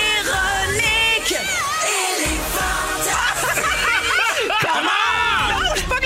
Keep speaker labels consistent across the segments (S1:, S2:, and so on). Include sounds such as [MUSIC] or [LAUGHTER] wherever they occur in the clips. S1: Véronique!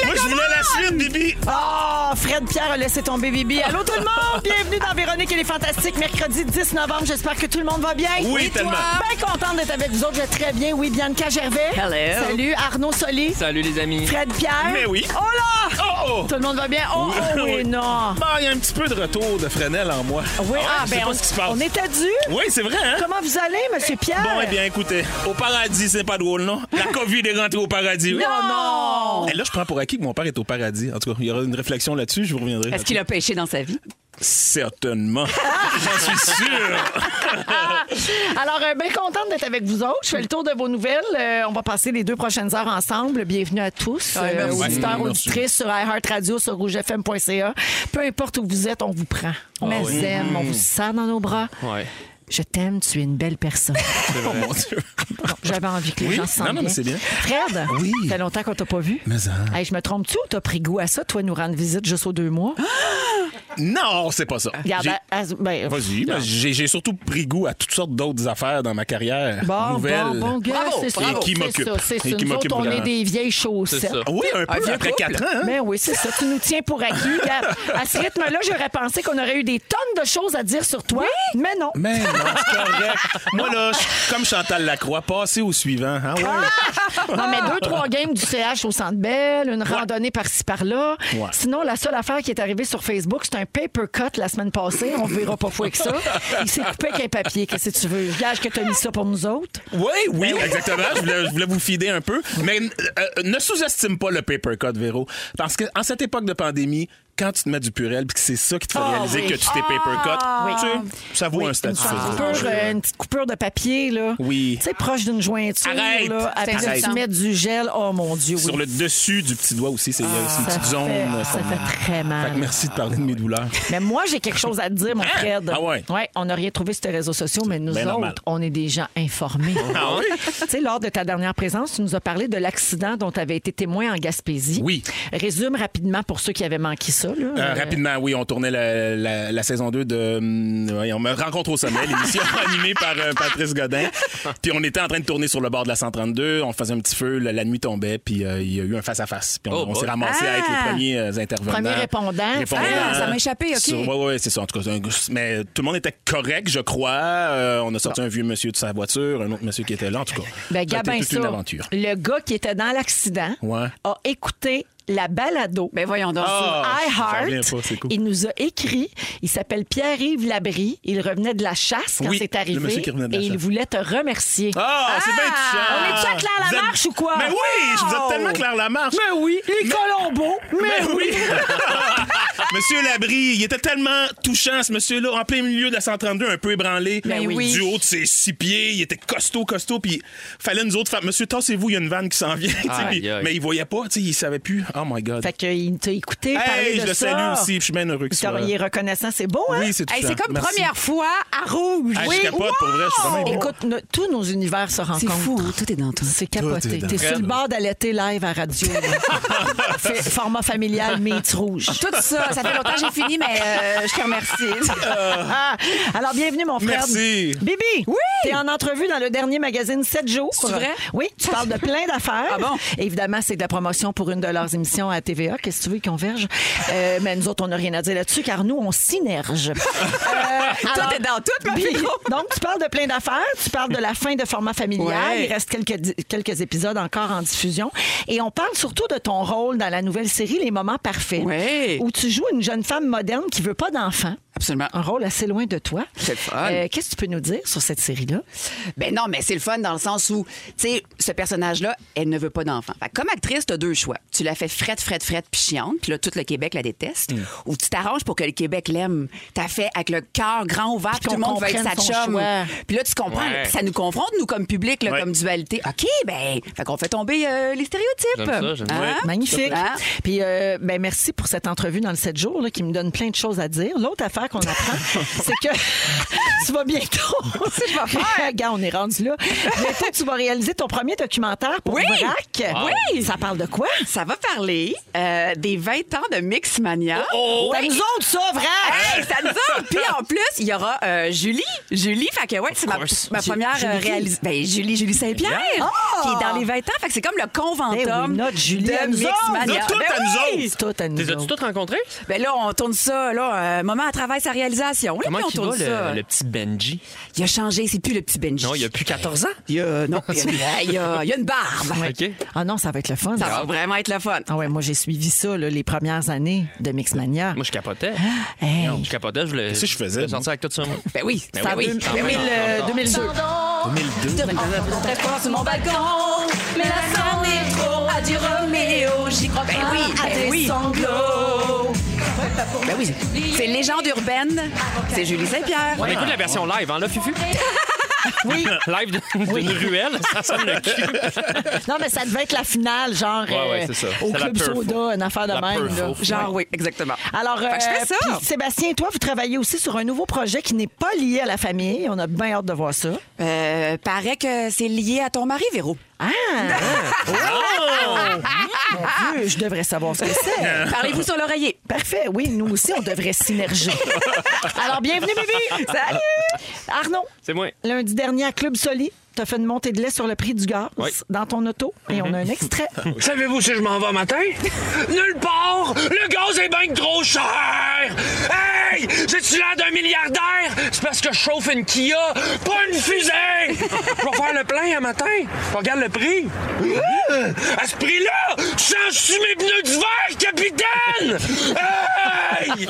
S2: Moi, je voulais la suite, Bibi.
S3: Oh, Fred Pierre a laissé tomber Bibi. Allô tout le monde, bienvenue dans Véronique et les Fantastiques, mercredi 10 novembre. J'espère que tout le monde va bien.
S2: Oui,
S3: Et
S2: tellement.
S3: toi? Bien contente d'être avec vous autres, je vais très bien. Oui, Bianca Gervais.
S4: Hello.
S3: Salut, Arnaud Soli.
S4: Salut les amis.
S3: Fred Pierre.
S2: Mais oui.
S3: Oh là!
S2: Oh, oh.
S3: Tout le monde va bien? Oh,
S2: Oui.
S3: oh oui,
S2: [LAUGHS] Oui.
S3: non.
S2: Bah, il y a un petit peu de retour de Fresnel en moi.
S3: Oui,
S2: ouais,
S3: ah,
S2: je sais
S3: ben,
S2: pas
S3: on,
S2: ce qui se passe.
S3: on était dû.
S2: Oui, c'est vrai, hein?
S3: Comment vous allez, Monsieur Pierre?
S2: Bon, eh bien, écoutez, au paradis, c'est pas drôle, non? La COVID est rentrée au paradis. oui.
S3: Oh non!
S2: Eh, là, je prends pour acquis que mon père est au paradis. En tout cas, il y aura une réflexion là-dessus, je vous reviendrai.
S4: Est-ce qu'il a pêché dans sa vie?
S3: [LAUGHS]
S2: Certainement. J'en suis sûr.
S3: Alors, euh, bien contente d'être avec vous autres. Je fais le tour de vos nouvelles. Euh, on va passer les deux prochaines heures ensemble. Bienvenue à tous,
S4: Ouais,
S3: euh,
S4: merci.
S3: auditeurs,
S2: Ouais, merci.
S3: auditrices sur iHeartRadio, sur rougefm.ca. Peu importe où vous êtes, on vous
S2: Ah
S3: prend. On vous aime, on vous sent dans nos bras.
S4: Ouais.
S3: Je t'aime, tu es une belle personne.
S2: Oh mon Dieu.
S3: Bon, J'avais envie que les
S2: Oui.
S3: gens se sentent
S2: Non, non, mais c'est bien.
S3: Fred,
S2: Oui.
S3: ça fait longtemps qu'on t'a pas vu.
S2: Mais, hein.
S3: Hey, je me trompe-tu ou t'as pris goût à ça, toi, nous rendre visite juste aux deux mois?
S2: Non, c'est pas ça.
S3: Regarde,
S2: Ah, J'ai-
S3: à- à- ben,
S2: Vas-y, ben, j'ai j'ai surtout pris goût à toutes sortes d'autres affaires dans ma carrière
S3: Bon,
S2: nouvelle.
S3: bon, bon gars,
S4: Bravo,
S3: c'est ça.
S2: bravo. Et qui
S3: c'est
S2: m'occupe.
S3: ça, C'est
S2: Et
S3: ça.
S2: qui
S3: Nous
S2: m'occupe
S3: autres, on est
S2: vraiment.
S3: des vieilles
S4: C'est
S3: chaussettes.
S4: ça.
S2: Oui, un peu
S4: vieux
S2: après
S4: couple.
S2: 4 ans. hein?
S3: Ben oui, c'est ça. Tu nous tiens pour acquis. Regarde, à ce rythme-là, j'aurais pensé qu'on aurait eu des tonnes de choses à dire sur toi. Mais non.
S2: Mais non, c'est correct. Moi, là, je suis comme Chantal Lacroix, passer au suivant. Ah ouais.
S3: Non, mais deux, trois games du CH au Centre Bell, une randonnée par-ci, par-là.
S2: Ouais.
S3: Sinon, la seule affaire qui est arrivée sur Facebook, c'est un paper cut la semaine passée. On verra pas fou avec ça. Il s'est coupé avec un papier. Qu'est-ce que tu veux? Gage que t'as mis ça pour nous autres.
S2: Oui, oui,
S3: Ben
S2: exactement. Je voulais, je voulais vous fider un peu. Mais euh, ne sous-estime pas le paper cut, Véro. Parce qu'en cette époque de pandémie, quand tu te mets du purel puis que c'est ça qui te fait
S3: Ah,
S2: réaliser
S3: oui. Ah!
S2: que tu t'es paper cut, tu sais, ça vaut un
S3: Une,
S2: statut.
S3: petite
S2: social.
S3: coupure, euh, une petite coupure de papier, là.
S2: Oui.
S3: Tu sais, proche d'une jointure.
S2: Arrête.
S3: Là, après,
S4: C'est
S3: tu
S4: important.
S3: mets du gel. Oh mon Dieu, oui.
S2: Sur le dessus du petit doigt aussi, c'est il y a aussi une
S3: Ah, Ça
S2: petite zone.
S3: fait-
S2: euh,
S3: ça fait très
S2: Fait que
S3: mal.
S2: merci de parler de mes douleurs.
S3: Mais moi, j'ai quelque chose à te dire, mon
S2: Hein?
S3: Fred.
S2: Ah ouais?
S3: on n'a rien trouvé sur tes réseaux sociaux, mais nous
S2: bien
S3: autres,
S2: normal.
S3: on est des gens informés. [LAUGHS]
S2: Ah oui?
S3: Tu sais, lors de ta dernière présence, tu nous as parlé de l'accident dont tu avais été témoin en Gaspésie.
S2: Oui.
S3: Résume rapidement pour ceux qui avaient manqué ça. là.
S2: Euh,
S3: Euh,
S2: rapidement, oui, on tournait la, la- la saison 2 de hum, voyons, Me rencontre au sommet, l'émission [LAUGHS] animée par euh, Patrice
S4: [LAUGHS]
S2: Godin. Puis on était en train de tourner sur le bord de la 132, on faisait un petit feu, la, la nuit tombait, puis euh, il y a eu un face-à-face. Puis on,
S4: Oh,
S2: on
S4: boy.
S2: s'est ramassé à être les premiers euh, intervenants.
S3: Premier répondant.
S4: Ah, ça m'a échappé, OK.
S2: Sur- ouais, ouais, c'est ça. En tout cas, un- mais tout le monde était correct, je crois. Euh, on a sorti un vieux monsieur de sa voiture, un autre monsieur qui était là, en tout cas.
S3: ben,
S2: ça a été
S3: gabin
S2: toute
S3: ça,
S2: une aventure.
S3: le gars qui était dans l'accident
S2: Ouais.
S3: a écouté la balado.
S4: Ben voyons donc.
S2: Ah. j'en
S3: iHeart.
S2: reviens pas, c'est cool.
S3: Il nous a écrit. Il s'appelle Pierre-Yves Labrie. Il revenait de la chasse quand
S2: Oui,
S3: c'est
S2: le
S3: arrivé.
S2: monsieur qui revenait de la
S3: et il
S2: chasse.
S3: voulait te remercier.
S2: Ah, c'est bien touchant.
S3: on est-tu à Claire
S2: Vous êtes-
S3: Lamarche ou quoi?
S2: Mais oui, je vous êtes tellement Claire Lamarche.
S3: Mais oui, les Colombo.
S2: Mais oui! [LAUGHS] monsieur Labrie, il était tellement touchant, ce monsieur-là, en plein milieu de la 132, un peu ébranlé.
S3: Ben oui.
S2: Du haut de ses six pieds, il était costaud, costaud, puis fallait nous autres faire Monsieur, tassez-vous, il y a une vanne qui s'en vient. [LAUGHS] tu sais,
S4: Aïe,
S2: puis-
S4: aïe.
S2: Mais il voyait pas, tu sais, il savait plus. Oh my God.
S3: Fait qu'il t'a écouté parler
S2: hey,
S3: de
S2: je le
S3: ça.
S2: salue aussi, puis je suis bien heureux qu'il soit là.
S3: Il est reconnaissant, c'est beau, hein?
S2: Oui, c'est touchant.
S4: Hey, c'est comme
S2: Merci.
S4: première fois à rouge.
S2: Hey, je capote, pour vrai, je suis vraiment ému.
S3: Écoute, no- tous nos univers se rencontrent.
S4: C'est fou, tout est dans tout.
S3: C'est
S2: Tout
S3: capoté.
S2: est dans
S3: T'es
S2: le
S3: sur le bord d'allaiter live à radio.
S2: [LAUGHS]
S3: là. Fait- Format familial, mythe rouge.
S4: Tout ça, ça fait longtemps que j'ai fini, mais euh, je
S2: [LAUGHS]
S4: te remercie.
S3: Ah, [LAUGHS] alors, bienvenue, mon frère.
S2: Euh. Merci.
S3: Bibi, oui. tu en entrevue dans le dernier magazine 7 jours.
S4: C'est vrai?
S3: Oui, tu parles de plein d'affaires.
S4: Ah bon?
S3: Évidemment, c'est de la promotion pour une de leurs émissions à TVA. Qu'est-ce que tu veux qu'ils convergent? Euh, mais nous autres, on n'a rien à dire là-dessus, car nous, on
S4: [LAUGHS]
S3: synerge. Euh,
S4: Tout est Ah, dans tout, ma
S3: Bibi,
S4: fille.
S3: [LAUGHS] Donc, tu parles de plein d'affaires. Tu parles de la fin de format familial.
S4: Ouais.
S3: Il reste quelques, di- quelques épisodes encore en diffusion. Et on parle surtout de ton rôle dans la nouvelle série Les Moments Parfaits,
S4: Ouais.
S3: où tu joues une jeune femme moderne qui veut pas d'enfants.
S4: Absolument.
S3: Un rôle assez loin de toi.
S4: C'est le fun.
S3: Euh, Qu'est-ce que tu peux nous dire sur cette série-là?
S4: Ben non, mais c'est le fun dans le sens où, tu sais, ce personnage-là, elle ne veut pas d'enfant. Fait que comme actrice, t'as deux choix. Tu la fais frette, frette, frette, puis chiante, puis là, tout le Québec la déteste.
S3: Mm.
S4: Ou tu t'arranges pour que le Québec l'aime. T'as fait avec le cœur grand ouvert, puis tout
S3: qu'on
S4: le monde veut être sa
S3: comprenne son
S4: chum.
S3: choix.
S4: Puis là, tu comprends,
S5: Ouais.
S4: puis ça nous confronte, nous, comme public, là,
S2: Ouais.
S4: comme dualité. OK, ben, fait qu'on fait tomber euh, les
S5: J'aime
S4: stéréotypes.
S5: ça, j'aime ça.
S4: Hein?
S3: Magnifique.
S4: Hein?
S3: Puis, euh, ben, merci pour cette entrevue dans le 7 jours là, qui me donne plein de choses à dire. L'autre affaire qu'on apprend, c'est que [LAUGHS] tu vas bientôt. [LAUGHS] je vais [LAUGHS] faire. Gars, on est rendu là. Bientôt, tu vas réaliser ton premier documentaire pour
S4: Oui.
S3: Vrac. Oui. Ça parle de quoi?
S4: Ça va parler euh, des 20 ans de Mixmania.
S5: Oh,
S3: Ça
S4: Ouais.
S3: nous autres, ça, Vrac!
S4: Hey, ça nous autres! Puis en plus, il y aura euh, Julie. Julie, fait que ouais, c'est ma,
S5: course.
S4: ma
S3: Ju-
S4: première
S3: Julie
S4: euh,
S3: qui?
S4: réalis- Ben, Julie, Julie Saint-Pierre, qui est dans les 20 ans. Fait que c'est comme le
S3: Ben
S4: conventum
S3: oui, notre Julie à
S4: de
S3: nous autres.
S4: Mixmania.
S2: Notre
S4: Ben
S2: toute à
S4: oui!
S2: nous
S3: C'est tout à nous
S5: T'es as-tu
S3: autres.
S5: toutes rencontré?
S4: Ben là, on tourne ça, là, euh, moment à travail, sa réalisation. Là,
S5: Comment
S4: puis on
S5: il
S4: tourne
S5: va
S4: ça.
S5: le, le petit Benji?
S4: Il a changé, c'est plus le petit Benji.
S5: Non, il a plus 14 ans.
S4: Il y a- non, il y a, il y a- il y a une barbe.
S5: OK.
S3: Ah non, ça va être le fun.
S4: Ça va vraiment être le fun.
S3: Ah ouais, moi, j'ai suivi ça là, les premières années de Mixmania.
S5: Moi, je capotais.
S3: Hey.
S5: Je capotais, je voulais.
S2: Qu'est-ce que je faisais,
S5: voulais sortir avec tout ça. moi.
S4: Ben oui,
S5: Ben
S4: ça
S5: oui.
S4: oui.
S5: Ah
S4: Ben oui,
S5: oui.
S4: le-
S3: 2002.
S1: Très fort sur mon balcon, mais la scène est trop. À du Roméo, j'y crois
S4: Ben
S1: pas.
S4: oui,
S1: à
S4: ben
S1: des
S4: oui.
S1: sanglots.
S4: Ben oui, c'est légende urbaine. C'est Julie Saint-Pierre.
S5: On écoute la version live, hein, là, Fufu? [LAUGHS] Oui. Live de- d'une ruelle, ça sonne le cul.
S3: Non, mais ça devait être la finale, genre
S5: Ouais, ouais,
S3: euh,
S5: c'est ça.
S3: au
S5: C'est la
S3: Club
S5: Purple.
S3: Soda, une affaire de
S5: La
S3: même. là.
S5: Purple.
S4: Genre, oui, exactement.
S3: Alors,
S4: Fait que je fais ça.
S3: euh, puis Sébastien et toi, vous travaillez aussi sur un nouveau projet qui n'est pas lié à la famille. On a bien hâte de voir ça.
S4: Euh, paraît que c'est lié à ton mari, Véro.
S3: Ah! Oh! Mon Dieu, je devrais savoir ce que
S5: [LAUGHS]
S3: c'est.
S4: Parlez-vous sur l'oreiller.
S3: Parfait, oui, nous aussi, on devrait synerger. Alors, bienvenue, bébé! Salut! Arnaud,
S5: C'est moi.
S3: lundi dernier à Club Soli, t'as fait une montée de lait sur le prix du gaz
S5: Oui. Mm-hmm.
S3: dans ton auto et on a un
S5: [LAUGHS]
S3: extrait.
S6: Savez-vous si je m'en vais matin? Nulle part! Le gaz est bien que trop cher! Hey! J'ai-tu l'air d'un milliardaire? C'est parce que je chauffe une Kia, pas une fusée! Je vais faire le plein un matin. Regarde le prix. À ce prix-là, tu changes-tu mes pneus d'hiver, capitaine? Hey!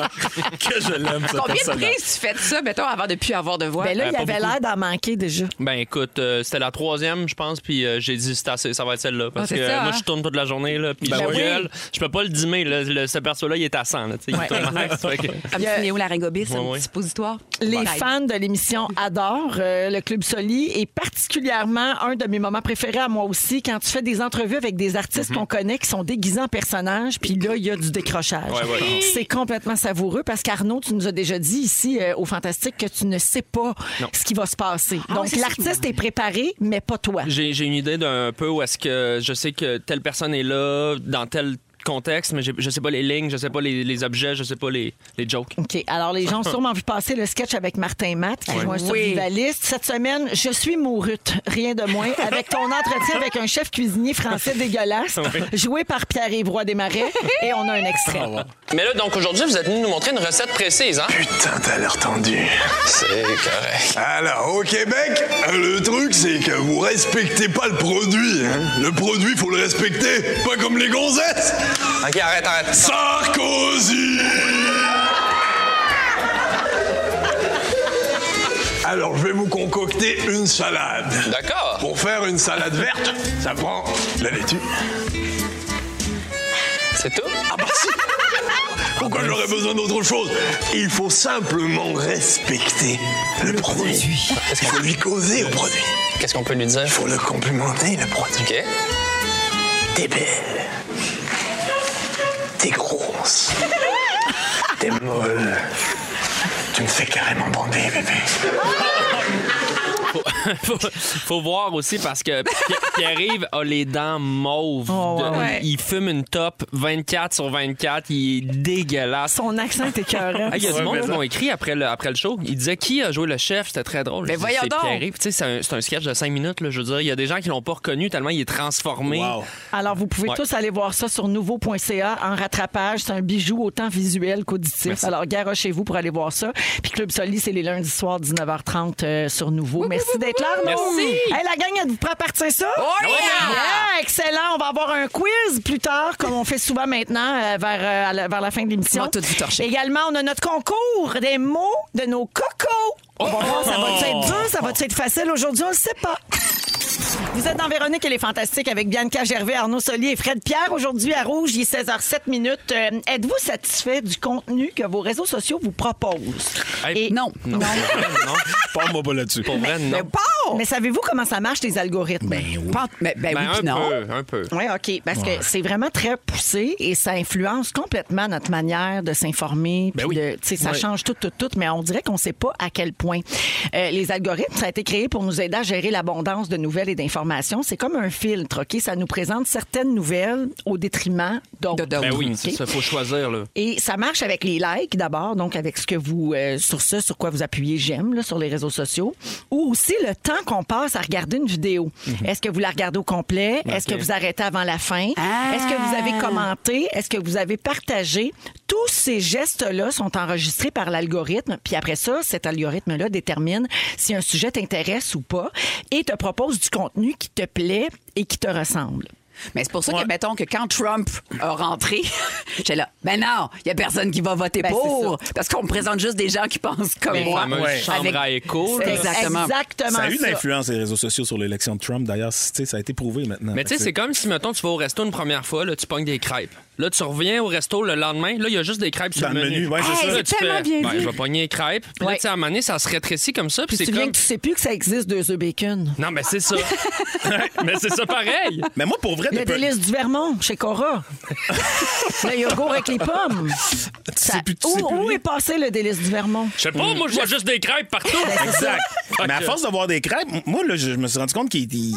S2: Que je l'aime, ce
S4: Combien de
S2: personnage.
S4: prises tu fais de ça, mettons, avant de plus avoir de voix?
S3: Ben là,
S5: Euh,
S3: il
S5: pas
S3: avait
S5: beaucoup.
S3: l'air d'en manquer déjà.
S5: Ben écoute, euh, c'était la troisième, je pense, puis euh, j'ai dit c'est assez, ça va être celle-là. Parce
S4: Ah, c'est
S5: que
S4: ça,
S5: euh, moi,
S4: hein?
S5: je tourne toute la journée, là, puis
S2: Ben
S5: je
S2: oui.
S5: gueule. Je peux pas le dimmer, là, le- ce perso-là, il est à 100, là, tu sais, il tourne max, fait que-
S4: un petit néolaryngobis,
S5: Ouais,
S4: un
S5: ouais.
S4: petit suppositoire.
S3: Les
S4: Ouais.
S3: fans de l'émission adorent euh, le Club Soli et particulièrement un de mes moments préférés à moi aussi, quand tu fais des entrevues avec des artistes
S5: Mhm.
S3: qu'on connaît qui sont déguisés en personnages, puis là, il y a du décrochage.
S5: Ouais, ouais.
S3: C'est complètement savoureux parce qu'Arnaud, tu nous as déjà dit ici euh, au Fantastique que tu ne sais pas ce qui va se passer. Donc,
S4: c'est ça qui
S3: l'artiste est préparé, mais pas toi.
S5: J'ai j'ai une idée d'un peu où est-ce que je sais que telle personne est là, dans tel contexte, mais j'ai- je sais pas les lignes, je sais pas les, les objets, je sais pas les, les jokes.
S3: OK. Alors, les
S5: [LAUGHS]
S3: gens ont sûrement vu passer le sketch avec Martin Matt, qui joue un
S4: Oui.
S3: survivaliste. Cette semaine, je suis mourute, rien de moins, avec
S5: [LAUGHS]
S3: ton entretien avec un chef cuisinier français dégueulasse, joué par Pierre-Yves Roy Desmarais. Et on a un extrait.
S5: Ah,
S7: Mais là, donc aujourd'hui, vous êtes venu nous montrer une recette précise, hein?
S8: Putain, t'as l'air tendu.
S7: C'est correct.
S8: Alors, au Québec, le truc, c'est que vous respectez pas le produit. hein. Le produit, faut le respecter, pas comme les gonzettes.
S7: OK, arrête, arrête.
S8: Sarkozy Alors, je vais vous concocter une salade.
S7: D'accord.
S8: Pour faire une salade verte, ça prend de la laitue.
S7: C'est tout?
S8: Ah bah si Pourquoi j'aurais besoin d'autre chose Il faut simplement respecter le, produit. Il faut lui causer au produit.
S7: Qu'est-ce qu'on peut lui dire?
S8: Il faut le complimenter, le produit.
S7: OK.
S8: T'es belle. T'es grosse. T'es molle. Tu me fais carrément bander, bébé.
S5: faut, [LAUGHS] faut voir aussi parce que Pi- Pierre-Yves a les dents mauves.
S3: Oh, ouais,
S5: de-
S3: ouais.
S5: Il fume une top 24 sur 24. Il est dégueulasse.
S3: Son accent est écœurant.
S5: Ah, Il y a du
S2: Ouais,
S5: monde
S2: mais
S5: qui
S2: ça-
S5: m'ont écrit après le, après le show. Ils disaient qui a joué le chef, c'était très drôle.
S4: Mais
S5: Je dis,
S4: voyons
S5: c'est
S4: donc.
S5: Pierre-Yves. Tu sais, C'est un, c'est un sketch de 5 minutes. là. Je veux dire, il y a des gens qui l'ont pas reconnu tellement il est transformé.
S2: Wow.
S3: Alors, vous pouvez
S5: Ouais.
S3: tous aller voir ça sur nouveau.ca en rattrapage. C'est un bijou autant visuel qu'auditif. Alors, garochez-vous pour aller voir ça. Puis Club Soli, c'est les lundis soirs, 19h30 euh, sur Nouveau. Merci d'être clair, non?
S5: Merci.
S3: Hey, la gang, êtes-vous prêts à partir ça?
S4: Oh,
S5: yeah!
S3: Yeah, excellent. On va avoir un quiz plus tard, comme on fait souvent maintenant, euh, vers, euh, à la- vers la fin de l'émission.
S4: On va tout vous torcher.
S3: Également, on a notre concours des mots de nos cocos. On va voir, ça va être dur, ça va être facile. Aujourd'hui, on le sait pas. Vous êtes dans Véronique et les Fantastiques avec Bianca Gervais, Arnaud Solier et Fred Pierre. Aujourd'hui, à Rouge, il est 16h07 minutes. Euh, Êtes-vous satisfait du contenu que vos réseaux sociaux vous proposent?
S5: Hey,
S3: Et-
S4: Non.
S5: Non, [LAUGHS] non.
S2: Parle-moi pas là-dessus.
S5: Pour vrai, non.
S4: Mais
S1: Ben,
S4: bon!
S3: Mais savez-vous comment ça marche, les algorithmes?
S4: Pas- mais- ben,
S5: Ben,
S4: oui,
S5: un
S4: puis non.
S5: peu, un peu.
S3: Oui, OK. Parce que c'est vraiment très poussé et ça influence complètement notre manière de s'informer.
S5: Ben
S3: puis
S5: oui.
S3: de- tu sais, ça
S5: Ouais.
S3: change tout, tout, tout, mais on dirait qu'on ne sait pas à quel point. Euh, les algorithmes, ça a été créé pour nous aider à gérer l'abondance de nouvelles et d'informations. C'est comme un filtre, OK? Ça nous présente certaines nouvelles au détriment d'autres.
S4: De d'autres.
S5: Ben oui, c'est
S3: OK?
S5: ça, faut choisir, là.
S3: Et ça marche avec les likes d'abord, donc avec ce que vous, euh, sur ce, sur quoi vous appuyez j'aime là, sur les réseaux sociaux, ou aussi le temps qu'on passe à regarder une vidéo.
S2: Mhm.
S3: Est-ce que vous la regardez au complet Est-ce que vous arrêtez avant la fin
S4: Ah!
S3: Est-ce que vous avez commenté Est-ce que vous avez partagé Tous ces gestes-là sont enregistrés par l'algorithme, puis après ça, cet algorithme-là détermine si un sujet t'intéresse ou pas et te propose du contenu qui te plaît et qui te ressemble.
S4: Mais c'est pour ça que, mettons, que quand Trump a rentré, [LAUGHS] j'étais là, ben non, il n'y a personne qui va voter
S3: Ben, c'est
S4: pour. Parce qu'on me présente juste des gens qui pensent comme
S5: Les
S4: moi.
S5: fameuses
S2: Ouais.
S5: chambres
S4: Avec-
S5: à écho, là.
S4: C'est Exactement.
S3: Exactement
S2: Ça a eu de
S3: ça.
S2: l'influence des réseaux sociaux sur l'élection de Trump. D'ailleurs, c- tu sais, ça a été prouvé maintenant.
S5: Mais tu sais, c'est comme si, mettons, tu vas au resto une première fois, là, tu pognes des crêpes. Là, tu reviens au resto le lendemain, là, il y a juste des crêpes sur
S2: Dans
S5: le
S2: le
S5: menu.
S2: menu, ouais, c'est
S4: Hey,
S2: ça.
S5: Là, tu
S4: tellement
S5: fais,
S4: bien
S5: ben,
S4: dit.
S5: Je vais pogner les crêpes. Puis là,
S3: Ouais.
S5: tu sais, à un moment donné, ça se rétrécit comme ça. Puis
S3: Tu
S5: c'est
S3: te
S5: comme.
S3: souviens que tu sais plus que ça existe deux œufs bacon.
S5: Non, mais
S4: [LAUGHS]
S5: c'est ça. [LAUGHS] mais c'est ça pareil.
S2: Mais moi, pour vrai,
S3: Le
S2: depuis-
S3: délice du Vermont,
S2: [LAUGHS]
S3: chez Cora. le yogourt avec les pommes.
S2: tu
S3: Ça- Oh,
S2: sais plus, tu sais plus
S3: où, où
S2: rien.
S3: est passé le délice du Vermont?
S5: Je sais pas, moi, je vois juste des crêpes [LAUGHS] partout.
S2: Exact. Mais à force d'avoir des crêpes, m- moi, là, je, je me suis rendu compte qu'il. il-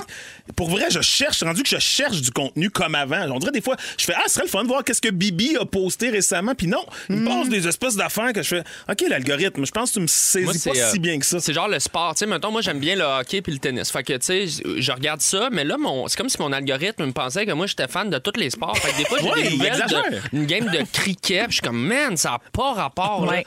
S2: Pour vrai, je cherche, rendu que je cherche du contenu comme avant. On dirait des fois, je fais Ah, ce serait le fun de voir qu'est-ce que Bibi a posté récemment. Puis non, il
S3: Hmm.
S2: me passe des espèces d'affaires que je fais OK, l'algorithme, je pense que tu me saisis
S5: Moi,
S2: pas
S5: euh,
S2: si bien que ça.
S5: C'est genre le sport. Tu sais, mettons, moi, j'aime bien le hockey puis le tennis. Fait que, tu sais, je- je regarde ça, mais là, mon, c'est comme si mon algorithme me pensait que moi, j'étais fan de tous les sports. Fait que des fois, j'ai
S2: [LAUGHS] Ouais,
S5: des
S2: il
S5: nouvelles
S2: exagère.
S5: de- une game de cricket. puis Je suis comme, man, ça n'a pas rapport. là.
S3: Ouais.
S5: [LAUGHS]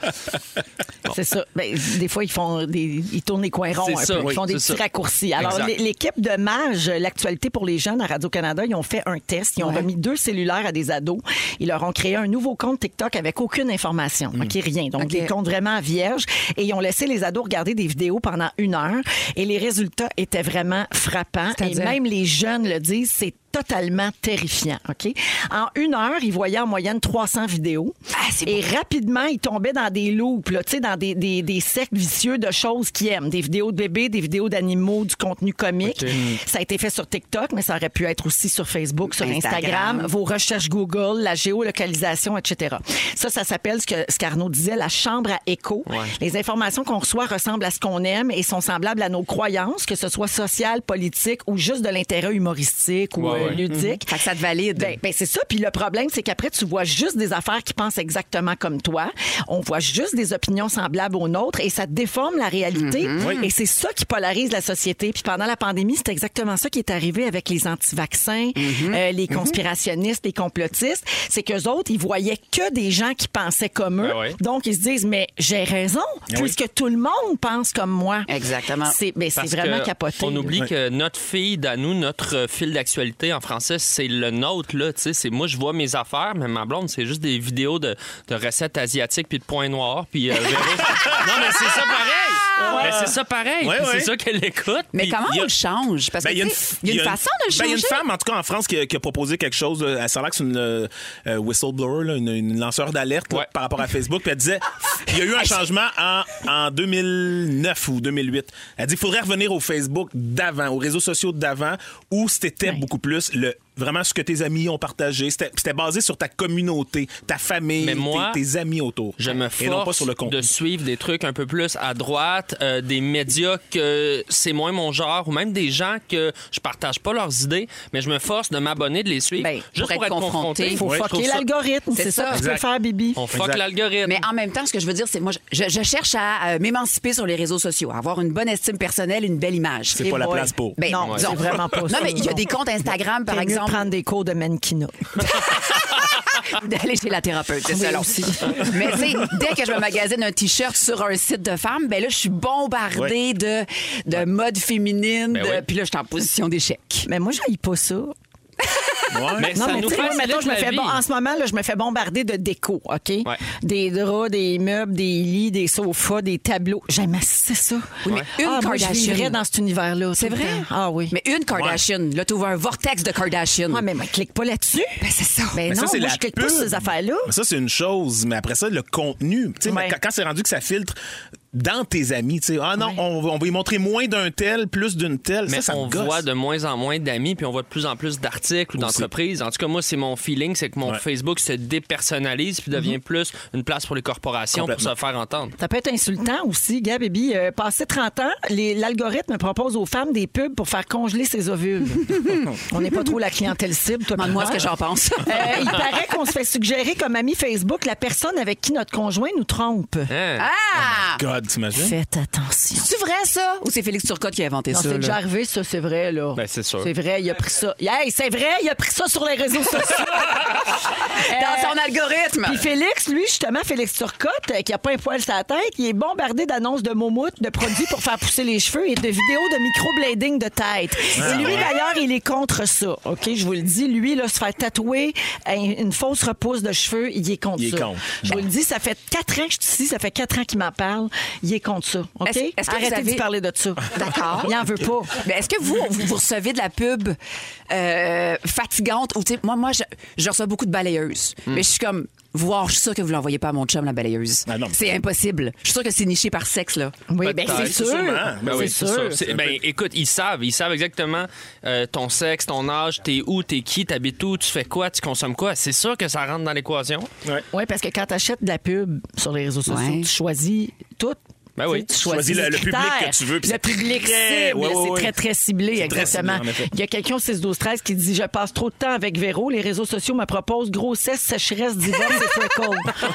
S3: C'est ça. Ben, des fois, ils font des, ils tournent les coins ronds.
S5: C'est
S3: un
S5: ça,
S3: peu.
S5: oui,
S3: ils font des
S5: c'est
S3: petits
S5: ça.
S3: raccourcis. Alors,
S5: Exact.
S3: l'é- l'équipe de Mage, l'actualité pour les jeunes à Radio-Canada, ils ont fait un test. Ils ont remis deux cellulaires à des ados. Ils leur ont créé un nouveau compte TikTok avec aucune information.
S5: Mm.
S3: OK, rien. Donc,
S4: OK.
S3: des comptes vraiment vierges. Et ils ont laissé les ados regarder des vidéos pendant une heure. Et les résultats étaient vraiment frappants. Et
S4: C'est-à-dire?
S3: même les jeunes le disent, c'est totalement terrifiant. OK? En une heure, ils voyaient en moyenne 300 vidéos.
S4: Ah, c'est
S3: Et rapidement, ils tombaient dans des loops, là, tu sais, dans des, des, des cercles vicieux de choses qu'ils aiment. Des vidéos de bébés, des vidéos d'animaux, du contenu comique. Ça a été fait sur TikTok, mais ça aurait pu être aussi sur Facebook, sur Instagram,
S4: Instagram.
S3: vos recherches Google, la géolocalisation, etc. Ça, ça s'appelle ce que- ce qu'Arnaud disait, la chambre à écho. Les informations qu'on reçoit ressemblent à ce qu'on aime et sont semblables à nos croyances, que ce soit sociales, politiques ou juste de l'intérêt humoristique ou
S5: Ouais,
S3: euh,
S5: ouais.
S3: ludique.
S4: Mhm. Fait que ça te valide.
S3: Ben, ben, c'est ça. Puis le problème, c'est qu'après, tu vois juste des affaires qui pensent exactement comme toi. On voit juste des opinions semblables aux nôtres et ça déforme la réalité.
S4: Mm-hmm.
S3: Et c'est ça qui polarise la société. Puis pendant la pandémie, c'est exactement ça qui est arrivé avec les anti-vaccins,
S4: Mm-hmm.
S3: euh, les conspirationnistes, les complotistes. C'est qu'eux autres, ils voyaient que des gens qui pensaient comme eux.
S5: Ben ouais.
S3: Donc, ils se disent, mais j'ai raison, puisque tout le monde pense comme moi.
S4: Exactement.
S3: C'est ben, c'est
S5: Parce
S3: vraiment
S5: que
S3: capoté.
S5: On
S3: là.
S5: oublie
S2: Ouais.
S5: que notre feed à nous, notre euh, fil d'actualité en français, c'est le nôtre. Là, tu sais, c'est moi, je vois mes affaires, mais ma blonde, c'est juste des vidéos de, de recettes asiatiques puis de points noirs. Puis, euh, Véro-
S2: [LAUGHS]
S5: non, mais c'est ça pareil. Mais c'est ça pareil.
S2: Ouais,
S5: puis
S2: ouais.
S5: C'est ça qu'elle écoute.
S4: Mais
S5: puis
S4: comment
S5: il y a-
S4: on le change? Parce
S2: Ben,
S4: que, tu sais, il y a une façon de
S2: ben,
S4: le changer.
S2: il y a une femme, en tout cas en France, qui a, qui a proposé quelque chose. euh, Elle s'en que c'est une euh, euh, whistleblower, là, une, une lanceur d'alerte là,
S5: Ouais.
S2: par rapport à Facebook. Puis elle disait il y a eu un changement en, en 2009 ou 2008. Elle dit il faudrait revenir au Facebook d'avant, aux réseaux sociaux d'avant, où c'était beaucoup plus le vraiment ce que tes amis ont partagé. C'était c'était basé sur ta communauté, ta famille,
S5: Mais moi,
S2: tes, tes amis autour.
S5: Je me
S2: Et non pas
S5: force
S2: sur le compte.
S5: de suivre des trucs un peu plus à droite, euh, des médias que c'est moins mon genre, ou même des gens que je partage pas leurs idées, mais je me force de m'abonner, de les suivre,
S4: Ben,
S5: juste pour, être confronté.
S4: confronté.
S3: Faut
S5: Je trouve
S3: fucker
S5: ça-
S3: l'algorithme.
S4: C'est
S3: C'est ça,
S4: ça.
S3: que tu peux
S2: Exact.
S3: faire, Bibi.
S5: On fuck
S2: Exact.
S5: l'algorithme.
S4: Mais en même temps, ce que je veux dire, c'est moi, je, je cherche à euh, m'émanciper sur les réseaux sociaux, à avoir une bonne estime personnelle, une belle image.
S2: C'est pas la place pour.
S4: Ben,
S3: Non,
S4: disons-
S3: c'est vraiment pas
S4: Non,
S3: ça,
S4: mais il y a
S3: non.
S4: des comptes Instagram, par
S3: T'es mieux de prendre des cours de mannequinat.
S4: [LAUGHS] d'aller chez la thérapeute, c'est
S3: Oui,
S4: selon.
S3: aussi.
S4: [LAUGHS] Mais tu sais, dès que je me magasine un t-shirt sur un site de femmes, ben là, je suis bombardée
S3: Ouais.
S4: de, de mode féminine.
S3: Ben
S4: de-
S3: oui.
S4: Puis là, je suis en position d'échec.
S3: Mais moi, je pas ça.
S5: Mais
S3: non,
S5: ça
S3: mais
S5: nous
S3: tu sais,
S5: facilite
S3: mettons, je me
S5: la
S3: fais
S5: vie.
S3: bon- en ce moment, là, je me fais bombarder de déco, OK? Des draps, des meubles, des lits, des sofas, des tableaux. J'aime assez ça.
S4: Oui, mais une
S3: ah, moi, je
S4: Kardashian.
S3: vivrais dans cet univers-là.
S4: C'est
S3: tout le
S4: vrai?
S3: temps. Ah oui. Ah,
S4: Mais une Kardashian, là, tu ouvres un vortex de Kardashian. Ouais,
S3: mais moi, clique pas là-dessus.
S4: Ben, c'est ça.
S2: Mais ça, c'est la pub.
S3: affaires-là.
S2: Mais Ça, c'est une chose, mais après ça, le contenu. Tu sais,
S3: Ouais.
S2: quand- Quand c'est rendu que ça filtre dans tes amis, tu sais, ah non, on, va- on va y montrer moins d'un tel, plus d'une telle.
S5: Mais
S2: ça, ça me
S5: on
S2: gosse.
S5: voit de moins en moins d'amis, puis on voit de plus en plus d'articles ou d'entreprises. En tout cas, moi, c'est mon feeling, c'est que mon
S2: Ouais.
S5: Facebook se dépersonnalise puis devient plus une place pour les corporations pour se
S2: Complètement.
S5: faire entendre.
S3: Ça peut être insultant aussi, gars, baby. Euh, passé 30 ans, les- l'algorithme propose aux femmes des pubs pour faire congeler ses
S4: [LAUGHS]
S3: ovules. On n'est pas trop la clientèle cible, toi. puis
S4: Demande-moi
S3: moi.
S4: ce que
S3: [LAUGHS]
S4: j'en pense.
S3: Euh, il paraît qu'on se fait suggérer comme ami Facebook la personne avec qui notre conjoint nous trompe.
S5: Hein?
S4: Ah!
S2: God, t'imagines?
S3: Faites attention.
S4: C'est vrai, ça? Ou c'est Félix Turcotte qui a inventé
S3: Non,
S4: ça?
S3: c'est déjà
S4: là?
S3: arrivé, ça, c'est vrai, là.
S5: Ben, c'est sûr.
S3: C'est vrai, il a pris ça. Hey, c'est vrai, il a pris ça sur les réseaux sociaux. [LAUGHS] Euh,
S4: Dans son algorithme.
S3: Puis Félix, lui, justement, Félix Turcotte, euh, qui a pas un poil sur la tête, il est bombardé d'annonces de moumoutes, de produits pour faire pousser les cheveux et de vidéos de microblading de tête.
S2: Ah,
S3: Et lui,
S2: ouais.
S3: d'ailleurs, il est contre ça. OK, je vous le dis, lui, là, se faire tatouer euh, une fausse repousse de cheveux, il est contre
S2: Il est
S3: ça.
S2: contre.
S3: Je vous le dis, ça fait quatre ans que je suis ici, ça fait quatre ans qu'il m'en parle. Il est contre ça. OK?
S4: Est-ce- est-ce que vous
S3: Arrêtez
S4: avez-
S3: de parler de ça.
S4: D'accord.
S3: Il en veut pas.
S4: Mais est-ce que vous, vous, vous recevez de la pub euh, fatigante ou tu sais, moi, moi, je, je reçois beaucoup de balayeuses, mais je suis comme voir, je suis sûre que vous l'envoyez pas à mon chum la balayeuse.
S2: Ah non.
S4: c'est impossible. Je suis sûre que c'est niché par sexe là.
S3: Oui, ben, c'est
S5: Peut-être,
S3: sûr.
S2: sûrement. Ben
S5: Ben oui, c'est sûr. C'est-
S2: C'est-
S5: ben, écoute, ils savent. Ils savent exactement euh, ton sexe, ton âge, t'es où, t'es qui, t'habites où, tu fais quoi, tu consommes quoi. C'est sûr que ça rentre dans l'équation.
S3: Oui, parce que quand tu achètes de la pub sur les réseaux sociaux,
S4: Ouais.
S3: tu choisis tout.
S5: Ben oui.
S3: Tu sais, tu
S2: choisis le-
S3: les
S2: le public que
S3: critères.
S2: tu veux, puis
S3: Le
S2: c'est
S3: public
S2: très-
S3: cible,
S2: ouais, ouais,
S3: c'est
S2: ouais.
S3: très, très ciblé,
S2: C'est très
S3: exactement.
S2: ciblé, en effet.
S3: Il y a quelqu'un au 6-12-13 qui dit Je passe trop de temps avec Véro, les réseaux sociaux me proposent grossesse, sécheresse, divorce
S2: [LAUGHS]
S3: et freckles.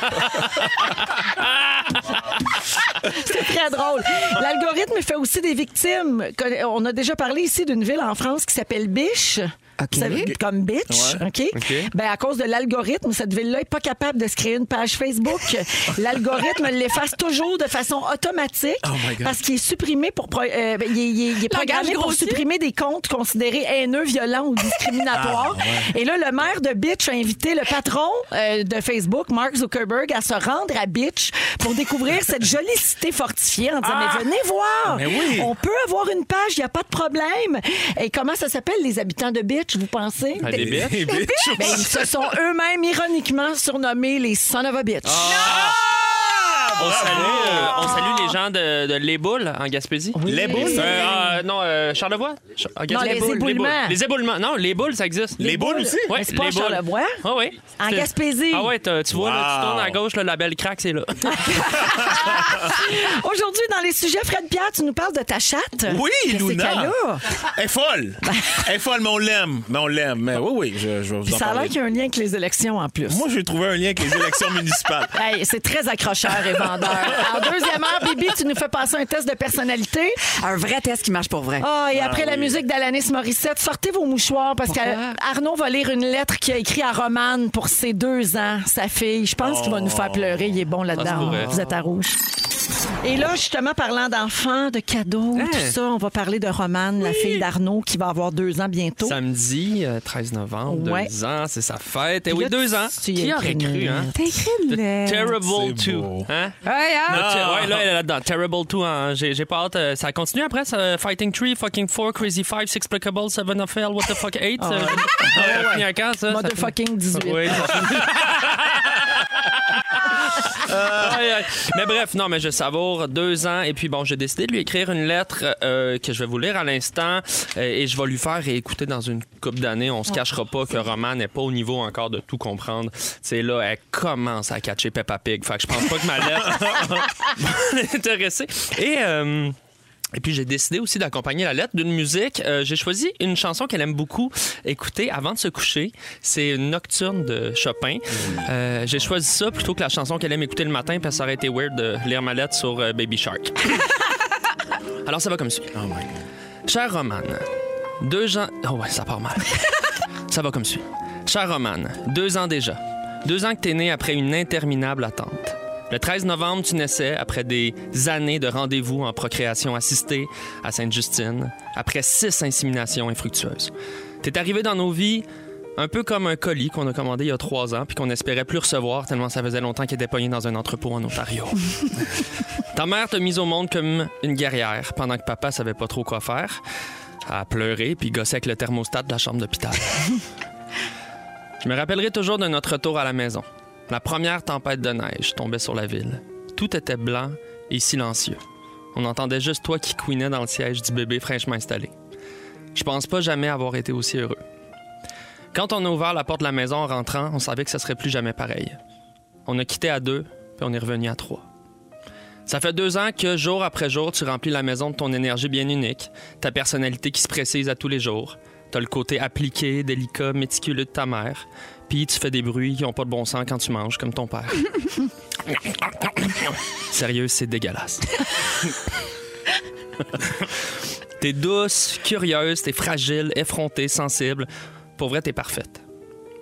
S3: C'est très drôle. L'algorithme fait aussi des victimes. Con- On a déjà parlé ici d'une ville en France qui s'appelle Biche.
S4: OK.
S3: Vous savez, Comme bitch,
S2: Ah, Ouais.
S3: OK?
S5: OK.
S3: Ben, à cause de l'algorithme, cette ville-là n'est pas capable de se créer une page Facebook.
S2: [LAUGHS]
S3: l'algorithme l'efface toujours de façon automatique
S2: Oh my God.
S3: parce qu'il est supprimé pour. pro- euh, ben, il est, il est- il est programmé pour
S4: grossi.
S3: supprimer des comptes considérés haineux, violents ou discriminatoires.
S2: Ah,
S3: Et là, le maire de Bitch a invité le patron euh, de Facebook, Mark Zuckerberg, à se rendre à Bitch pour découvrir
S2: [LAUGHS]
S3: cette jolie cité fortifiée en disant Mais venez voir!
S2: Ah! Mais oui.
S3: On peut avoir une page, il n'y a pas de problème. Et comment ça s'appelle, les habitants de Bitch, vous pensez?
S5: Ah, des bêtes.
S2: [LAUGHS] Des bitches.
S3: Ben, ils se sont eux-mêmes ironiquement surnommés les son of a bitch.
S2: Ah,
S5: On salue, euh, on salue les gens de, de Les Boules en Gaspésie.
S2: Les boules?
S5: Euh, euh, non, euh, Charlevoix? Ch- en Gaspésie?
S3: les
S5: Boules,
S3: éboulements.
S5: Boules. Les éboulements. Non, les boules, ça existe.
S2: Les boules aussi?
S5: Ouais,
S3: Mais c'est pas
S5: les
S3: à
S5: boules.
S3: Charlevoix?
S5: Ah oui.
S3: En
S5: C'est-
S3: Gaspésie. Ah,
S5: Ah ouais, t'as- tu vois, là, tu
S2: Wow.
S5: tournes à gauche, le label crack, c'est là.
S3: Aujourd'hui, dans les sujets, Fred Pierre, tu nous parles de ta chatte.
S2: Oui,
S3: Qu'est-ce qu'elle
S2: Luna.
S3: a?
S2: Elle est folle. Elle est folle, mais on l'aime. Mais on l'aime. Mais oui, oui, je, je vais vous
S3: Puis
S2: en
S3: ça a l'air
S2: parler.
S3: qu'il y a un lien avec les élections en plus.
S2: Moi, j'ai trouvé un lien avec les
S3: [LAUGHS]
S2: élections municipales.
S3: Hey, c'est très accrocheur et vendeur. En deuxième heure, Bibi, tu nous fais passer un test de personnalité.
S4: Un vrai test qui marche pour vrai.
S3: Ah,
S2: Ben
S3: et après la musique d'Alanis Morissette, sortez vos mouchoirs parce qu'Arnaud va lire une lettre qu'il a écrite à Romane pour ses deux ans, sa fille. Je pense qu'il va nous
S2: Oh.
S3: faire pleurer. Il est bon
S5: Ça se
S3: là-dedans.
S5: pourrait.
S3: Vous êtes à rouge. Et là, justement, parlant d'enfants, de cadeaux,
S2: Hein?
S3: tout ça, on va parler de Romane, la fille d'Arnaud, qui va avoir deux ans bientôt.
S5: Samedi, euh, 13 novembre,
S3: Ouais.
S5: deux ans, c'est sa fête. Et
S3: Puis
S5: oui,
S3: là,
S5: deux
S3: tu-
S5: ans.
S3: tu y
S5: Qui
S3: as
S5: aurait
S3: écrit une
S5: cru, hein?
S4: T'es
S5: The Terrible
S2: C'est beau.
S5: 2. Hein?
S4: Ouais, hein?
S3: Ah.
S5: Le ter- ouais, là, elle est là-dedans. Terrible 2. hein. J'ai j'ai pas hâte. euh, ça continue après. ça, Fighting 3, Fucking 4, Crazy 5, Six Placable, Seven of Hell, What the Fuck euh, 8.
S3: Ah, ouais.
S5: [LAUGHS] ça? Ça finit-
S3: Motherfucking 18.
S5: Oui, ça
S3: [LAUGHS]
S5: finit. Aïe, aïe. Mais bref, non, mais je savoure deux ans et puis bon, j'ai décidé de lui écrire une lettre euh, que je vais vous lire à l'instant euh, et je vais lui faire écouter dans une coupe d'années.
S3: Ah.
S5: On se cachera pas que Roman n'est pas au niveau encore de tout comprendre. C'est là, elle commence à catcher Peppa Pig. Fait que je pense pas que ma lettre va l'intéresser. Et euh, et puis j'ai décidé aussi d'accompagner la lettre d'une musique. Euh, j'ai choisi une chanson qu'elle aime beaucoup écouter avant de se coucher. C'est une Nocturne de Chopin. Euh, j'ai choisi ça plutôt que la chanson qu'elle aime écouter le matin parce que ça aurait été weird de lire ma lettre sur euh, Baby Shark. [LAUGHS] Alors ça va comme suit. Cher Romane, deux gens... Oh ouais, ça part mal. Ça va comme suit. Cher Roman, deux ans déjà. Deux ans que t'es né après une interminable attente. Le 13 novembre, tu naissais après des années de rendez-vous en procréation assistée à Sainte-Justine, après six inséminations infructueuses. T'es arrivé dans nos vies un peu comme un colis qu'on a commandé il y a trois ans puis qu'on espérait plus recevoir tellement ça faisait longtemps qu'il était pogné dans un entrepôt en Ontario. Ta mère t'a mise au monde comme une guerrière pendant que papa savait pas trop quoi faire. À pleurer puis gosser avec le thermostat de la chambre d'hôpital. Je me rappellerai toujours de notre retour à la maison. La première tempête de neige tombait sur la ville. Tout était blanc et silencieux. On entendait juste toi qui couinais dans le siège du bébé fraîchement installé. Je pense pas jamais avoir été aussi heureux. Quand on a ouvert la porte de la maison en rentrant, on savait que ce serait plus jamais pareil. On a quitté à deux, puis on est revenu à trois. Ça fait deux ans que jour après jour, tu remplis la maison de ton énergie bien unique, ta personnalité qui se précise à tous les jours. T'as le côté appliqué, délicat, méticuleux de ta mère. Puis tu fais des bruits qui ont pas de bon sens quand tu manges, comme ton père. Sérieux, c'est dégueulasse. t'es douce, curieuse, t'es fragile, effrontée, sensible. Pour vrai, t'es parfaite.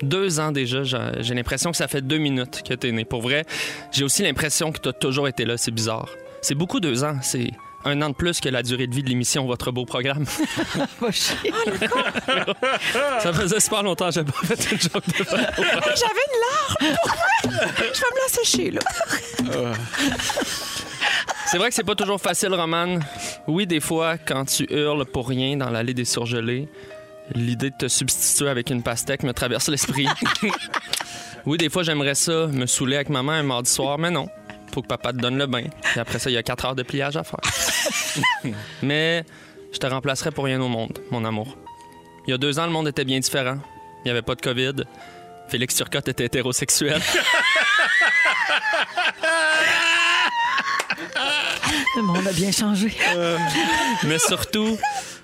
S5: Deux ans déjà, j'ai- j'ai l'impression que ça fait deux minutes que t'es née. Pour vrai, j'ai aussi l'impression que t'as toujours été là. C'est bizarre. C'est beaucoup deux ans. C'est un an de plus que la durée de vie de l'émission Votre beau programme.
S3: [LAUGHS] Va chier.
S5: ça faisait super longtemps que j'avais pas fait une joke de
S3: Ah,
S1: J'avais une larme. Je vais me la sécher, là.
S5: C'est vrai que c'est pas toujours facile, Roman. Oui, des fois, quand tu hurles pour rien dans l'allée des surgelés, l'idée de te substituer avec une pastèque me traverse l'esprit. oui, des fois, j'aimerais ça, me saouler avec maman un mardi soir, mais non. Faut que papa te donne le bain. Et après ça, il y a quatre heures de pliage à faire. mais je te remplacerai pour rien au monde, mon amour. Il y a deux ans, le monde était bien différent. Il n'y avait pas de COVID. Félix Turcotte était hétérosexuel.
S3: Le monde a bien changé.
S5: Mais surtout,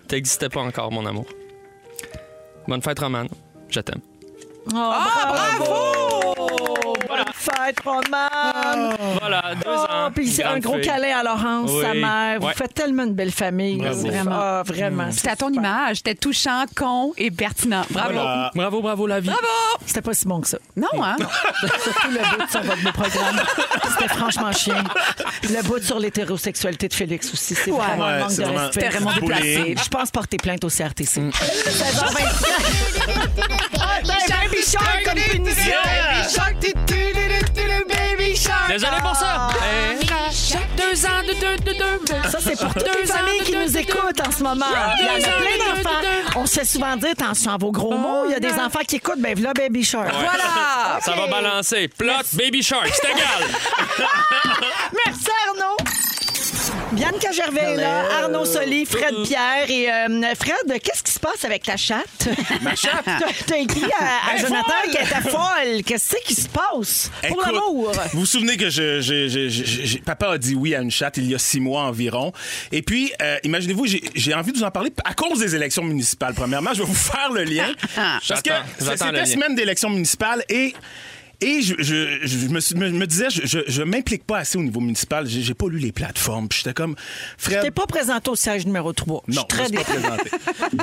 S5: t'existais pas encore, mon amour. Bonne fête, Romane. Je t'aime.
S3: Oh, bravo! Bonne fête, Roman!
S5: Voilà, deux
S3: Oh,
S5: ans.
S3: puis c'est un
S5: Ah, grande
S3: gros
S5: fille.
S3: câlin à Laurence,
S5: Oui.
S3: sa mère. Vous
S5: Ouais.
S3: faites tellement une belle famille.
S2: Bravo.
S3: Vraiment. Ah, vraiment.
S4: C'était à ton image. C'était touchant, con et pertinent. Bravo.
S2: Voilà.
S5: Bravo, bravo, la vie.
S3: C'était pas si bon que ça.
S4: Non, hein?
S3: Surtout le bout sur votre beau programme. C'était franchement chien. Le bout sur l'hétérosexualité de Félix aussi. C'est vraiment un
S2: Ouais,
S3: manque
S2: c'est
S3: de
S2: vraiment-
S3: respect.
S2: C'était vraiment déplacé.
S3: Je pense porter plainte au CRTC.
S5: Désolé pour ça.
S3: Ah,
S5: Eh,
S3: Ça, c'est pour toutes les familles qui nous écoutent en ce moment. Il y en a plein d'enfants. On se fait souvent dire, attention à vos
S2: Oh,
S3: gros mots, il y a des enfants qui écoutent, ben voilà Baby Shark. ah,
S4: Voilà.
S5: Ça va balancer. Plot, baby shark, c'est égal. [LAUGHS]
S3: Merci Arnaud. Bianca Gervais est là, Arnaud Soli, Fred Pierre et euh, Fred, qu'est-ce qui se passe avec
S2: [LAUGHS]
S3: ta chatte? Ma chatte? [LAUGHS] T'as écrit à, à Jonathan qu'elle était folle. Qu'est-ce qui se passe? Pour
S2: Écoute,
S3: l'amour.
S2: Vous vous souvenez que je, je- je- je- je- papa a dit oui à une chatte il y a six mois environ. Et puis, euh, imaginez-vous, j'ai- j'ai envie de vous en parler à cause des élections municipales. Premièrement, je vais vous faire le
S3: [LAUGHS]
S2: lien.
S3: Ah,
S2: parce que
S5: J'attends,
S2: c'est-
S5: j'attends le
S2: c'était
S5: lien.
S2: semaine d'élections municipales et... Et je, je- je me, suis- me- me disais, je, je, je m'implique pas assez au niveau municipal. J'ai j'ai pas lu les plateformes. Puis J'étais comme, Fred,
S3: T'es pas présenté au siège numéro 3. Je
S2: non,
S3: suis très
S2: je me suis pas
S3: déçue.
S2: présenté.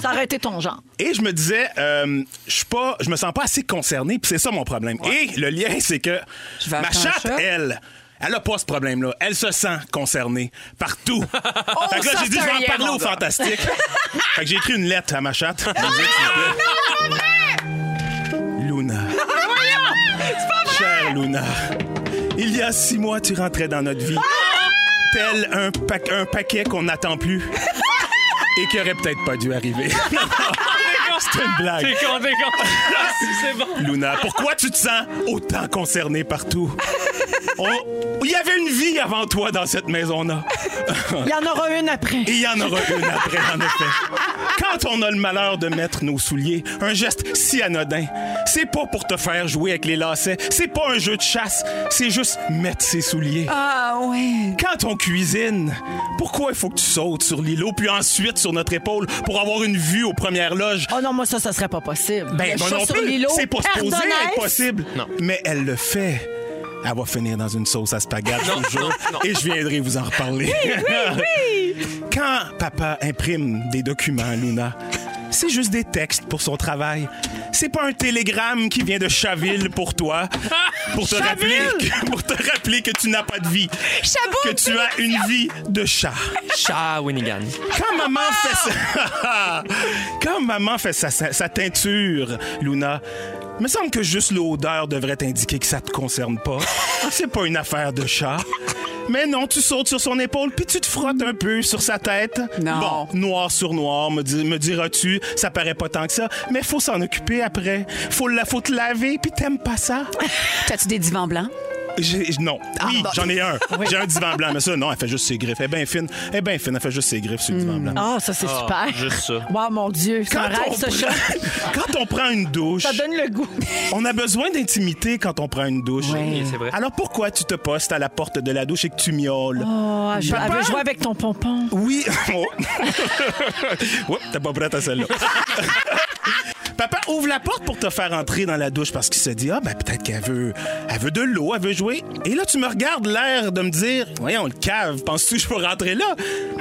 S3: [LAUGHS] Ça aurait été ton genre.
S2: Et je me disais, euh, je suis pas, je me sens pas assez concerné, puis c'est ça mon problème. Et le lien, c'est que
S4: Je vais
S2: ma
S4: acheter un
S2: chatte,
S4: chat.
S2: elle. Elle a pas ce problème-là. Elle se sent concernée
S4: [LAUGHS]
S2: partout. fait que là,
S4: ça,
S2: j'ai dit,
S4: c'est
S2: je vais
S4: un
S2: en
S4: lien,
S2: parler
S4: mon
S2: au
S4: gars.
S2: fantastique. fait que j'ai écrit une lettre à ma chatte. Luna. Chère Luna, il y a six mois, tu rentrais dans notre vie. Tel un, pa- un paquet qu'on n'attend plus et qui aurait peut-être pas dû arriver. C'est une blague.
S5: T'es con, t'es con. C'est bon.
S2: Luna, pourquoi tu te sens autant concernée partout? On- Il y avait une vie avant toi dans cette maison-là.
S3: Il y en aura une après.
S2: Et il y en aura une après, en effet. Quand on a le malheur de mettre nos souliers, un geste si anodin, c'est pas pour te faire jouer avec les lacets, c'est pas un jeu de chasse, c'est juste mettre ses souliers.
S4: Ah, ouais.
S2: Quand on cuisine, pourquoi il faut que tu sautes sur l'îlot puis ensuite sur notre épaule pour avoir une vue aux premières loges?
S3: Oh non, moi, ça, ça serait pas possible.
S2: Ben,
S3: Le
S2: moi
S3: chat
S2: non
S3: sur
S2: plus.
S3: l'îlot,
S2: C'est pas supposé
S3: Ardennaise.
S2: être possible.
S5: Non.
S2: Mais elle le fait. Elle va finir dans une sauce à spaghetti
S5: Non,
S2: un jour.
S5: non, non.
S2: Et je viendrai vous en [LAUGHS] reparler. Quand papa imprime des documents, Luna, c'est juste des textes pour son travail. C'est pas un télégramme qui vient de Chaville pour
S3: [LAUGHS]
S2: toi, pour te, rappeler que, pour te rappeler que tu n'as pas de vie, que tu as une vie de chat.
S5: Chat Winigan.
S2: Quand maman fait ça, [LAUGHS] quand maman fait sa, sa- sa teinture, Luna, il me semble que juste l'odeur devrait t'indiquer que ça te concerne
S4: [LAUGHS]
S2: pas. C'est pas une affaire de chat. Mais non, tu sautes sur son épaule puis tu te frottes un peu sur sa tête.
S4: Non.
S2: Bon, noir sur noir, me, di- me diras-tu, ça paraît pas tant que ça, mais faut s'en occuper après. Faut, la, faut te laver puis t'aimes pas
S4: [LAUGHS]
S2: ça.
S4: T'as-tu des divans blancs?
S2: J'ai- non. oui,
S4: Ah, bon.
S2: j'en ai un. J'ai un divan blanc, mais ça, non, elle fait juste ses griffes. Elle est bien fine. Elle est bien fine, elle fait juste ses griffes sur le
S4: Hmm.
S2: divan blanc.
S3: Ah, ça, c'est
S5: Ah,
S3: super.
S5: juste ça.
S3: Wow, mon Dieu, c'est un rêve, ce chat.
S2: prend- quand on prend une douche,
S3: [LAUGHS] Ça donne le goût.
S2: on a besoin d'intimité quand on prend une douche.
S5: Oui, c'est vrai.
S2: Alors pourquoi tu te postes à la porte de la douche et que tu miaules?
S3: Oh, je elle veut jouer avec ton pompon.
S2: Oui. [LAUGHS] Oh. Oups, t'es pas prête à celle-là. [LAUGHS] Papa ouvre la porte pour te faire entrer dans la douche parce qu'il se dit Ah, ben peut-être qu'elle veut, elle veut de l'eau, elle veut jouer. Et là, tu me regardes l'air de me dire Voyons, le cave, penses-tu que je peux rentrer là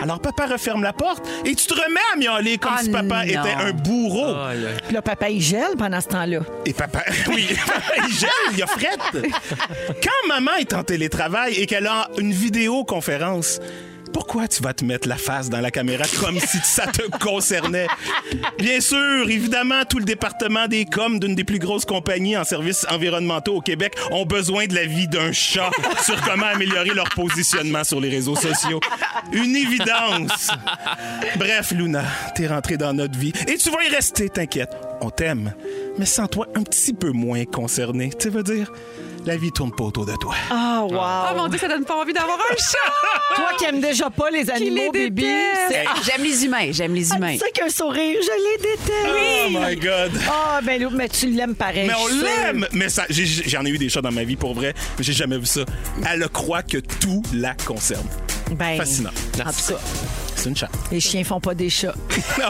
S2: Alors papa referme la porte et tu te remets à miauler comme
S4: Ah,
S2: si papa
S4: non.
S2: était un bourreau.
S5: Aïe, aïe.
S3: Puis là, papa, il gèle pendant ce temps-là.
S2: Et papa, [LAUGHS] oui, papa, il gèle, il a frette. Quand maman est en télétravail et qu'elle a une vidéoconférence, pourquoi tu vas te mettre la face dans la caméra comme si ça te concernait? Bien sûr, évidemment, tout le département des coms d'une des plus grosses compagnies en services environnementaux au Québec ont besoin de l'avis d'un
S3: [LAUGHS]
S2: chat sur comment améliorer leur positionnement sur les réseaux sociaux. Une évidence. Bref, Luna, t'es rentrée dans notre vie et tu vas y rester, t'inquiète. On t'aime, mais sans toi un petit peu moins concerné. Tu veux dire, la vie tourne pas autour de toi.
S3: Ah, wow.
S4: Oh mon Dieu, ça donne pas envie d'avoir un chat!
S3: Toi qui aimes déjà pas les animaux,
S4: les
S3: bébé.
S4: déteste.
S3: c'est-
S4: Ah, J'aime les humains, j'aime les
S3: Ah,
S4: humains.
S3: tu sais qu'un sourire, je les déteste.
S2: Oh my God.
S3: Ah, ben Lou, mais tu l'aimes pareil.
S2: Mais on
S3: je suis sûre.
S2: l'aime! Mais ça, j'ai- j'en ai eu des chats dans ma vie pour vrai, mais j'ai jamais vu ça. Elle croit que tout la concerne.
S3: Ben,
S2: Fascinant.
S3: En tout cas,
S2: C'est une chatte.
S3: les chiens font pas des chats.
S2: Oh!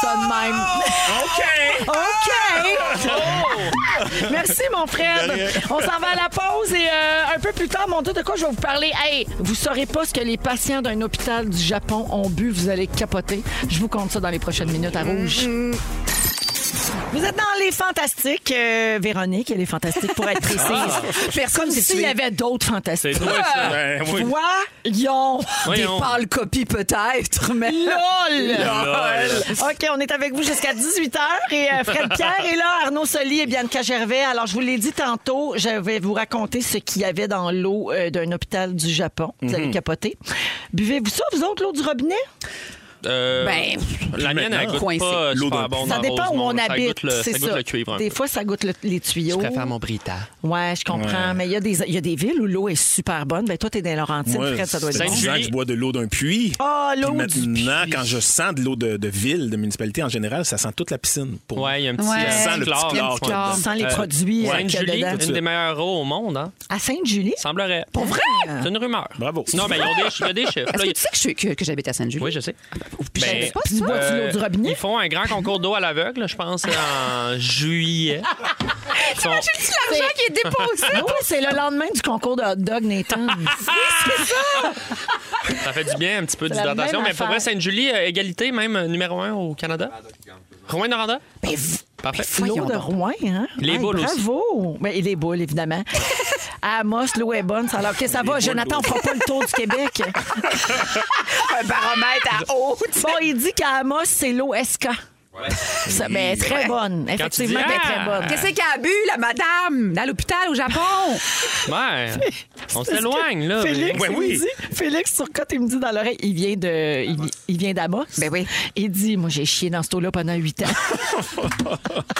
S3: Ça de même.
S2: [LAUGHS] OK!
S3: OK! Merci, mon frère.
S2: Oh! De rien.
S3: On s'en va à la pause et euh, un peu plus tard, mon Dieu, de quoi je vais vous parler. Hey, vous saurez pas ce que les patients d'un hôpital du Japon ont bu. Vous allez capoter. Je vous compte ça dans les prochaines minutes à Rouge.
S2: Mm-hmm.
S3: Vous êtes dans les fantastiques, euh, Véronique. Elle est fantastique pour être
S2: Ah!
S3: précise. Personne s'il y avait d'autres fantastiques.
S5: C'est toi, ça.
S3: euh,
S2: Ben oui.
S3: Voyons.
S5: Voyons.
S4: Parle copie peut-être, mais.
S3: LOL!
S5: Lol.
S3: OK, on est avec vous jusqu'à 18h et euh, Fred Pierre est là, Arnaud Soli et Bianca Gervais. Alors, je vous l'ai dit tantôt, je vais vous raconter ce qu'il y avait dans l'eau euh, d'un hôpital du Japon. Vous allez
S5: Mhm.
S3: capoter. Buvez-vous ça, vous autres, l'eau du robinet?
S5: Euh,
S4: Ben,
S5: la mienne, elle goûte
S4: coincé.
S5: pas
S2: L'eau
S5: super
S2: de-
S5: bon
S3: ça
S5: dans
S3: dépend
S5: Rosemont,
S3: où on
S5: ça
S3: habite,
S5: Goûte le,
S3: c'est
S5: ça goûte
S3: ça.
S5: le cuivre un
S3: des
S5: peu.
S3: fois, ça goûte le- les tuyaux.
S5: Brita.
S3: Ouais, je comprends, mais il y, a des- il y a des villes où l'eau est super bonne. Ben toi, t'es dans Laurentine,
S2: Moi,
S3: Fred, ça doit être
S2: c'est
S3: bon.
S2: dix ans que je bois de l'eau d'un puits.
S3: Ah,
S2: Puis
S3: l'eau du
S2: Maintenant, quand je sens de l'eau de, de ville, de municipalité en général, ça sent toute la piscine. Pour moi.
S5: Ouais, il y a un petit,
S4: Ouais.
S5: euh,
S2: Ça sent le
S5: chlore,
S2: petit
S5: là,
S2: chlore
S5: dedans.
S4: chlore.
S3: Sans les
S5: Euh,
S3: produits euh, qu'il y a
S5: Sainte-Julie,
S3: dedans.
S5: une des meilleures eaux au monde, hein?
S3: À Sainte-Julie?
S5: Semblerait. Pour vrai? C'est une rumeur.
S2: Bravo.
S5: Non, mais il y a des il y a des chiffres.
S4: Est-ce
S5: Là,
S4: que
S5: il-
S4: tu sais que je suis- que, que j'habite à Sainte-Julie?
S5: Oui, je sais.
S4: je
S5: Ben,
S4: savais pas
S3: Tu bois
S5: Euh,
S3: l'eau du robinet?
S5: Ils font un grand concours d'eau à l'aveugle, je pense, en
S3: [LAUGHS]
S5: juillet. Ils sont-
S4: C'est l'argent qui est déposé!
S3: Ah [LAUGHS] oui, c'est le lendemain du concours de hot dog,
S5: [LAUGHS]
S3: Nathan.
S5: Ça fait du bien, un petit peu
S3: C'est la
S5: d'hydratation.
S3: même
S5: Mais pour
S3: affaire.
S5: vrai, Sainte-Julie, euh, égalité, même euh, numéro un au Canada. Rouen-Noranda?
S4: Ben, v-
S5: Parfait.
S3: L'eau
S4: voyons
S3: de
S4: donc.
S3: Rouen, hein?
S5: Les
S3: Hey,
S5: boules aussi.
S3: Bravo! Ben, et les boules, évidemment.
S5: [LAUGHS]
S3: À Amos, l'eau est bonne. Ça, alors, OK, ça va, Jonathan, on fera pas le tour du
S5: [LAUGHS]
S3: Québec.
S4: Un baromètre à haut! tu sais.
S3: Bon, il dit qu'à Amos, c'est l'eau SK. Ça, ben, très bonne. Effectivement,
S5: dis,
S3: ben,
S5: ah!
S3: très bonne.
S4: Qu'est-ce qu'elle a bu, la madame, à l'hôpital au Japon?
S5: Ouais. On s'éloigne, là.
S3: Félix,
S2: Ouais,
S3: il me
S2: oui.
S3: dit- Félix Turcotte, il me dit dans l'oreille, il vient de, il, il vient d'Amos.
S4: Ben oui.
S3: Il dit, moi, j'ai chié dans ce eau-là pendant huit ans.
S2: [LAUGHS]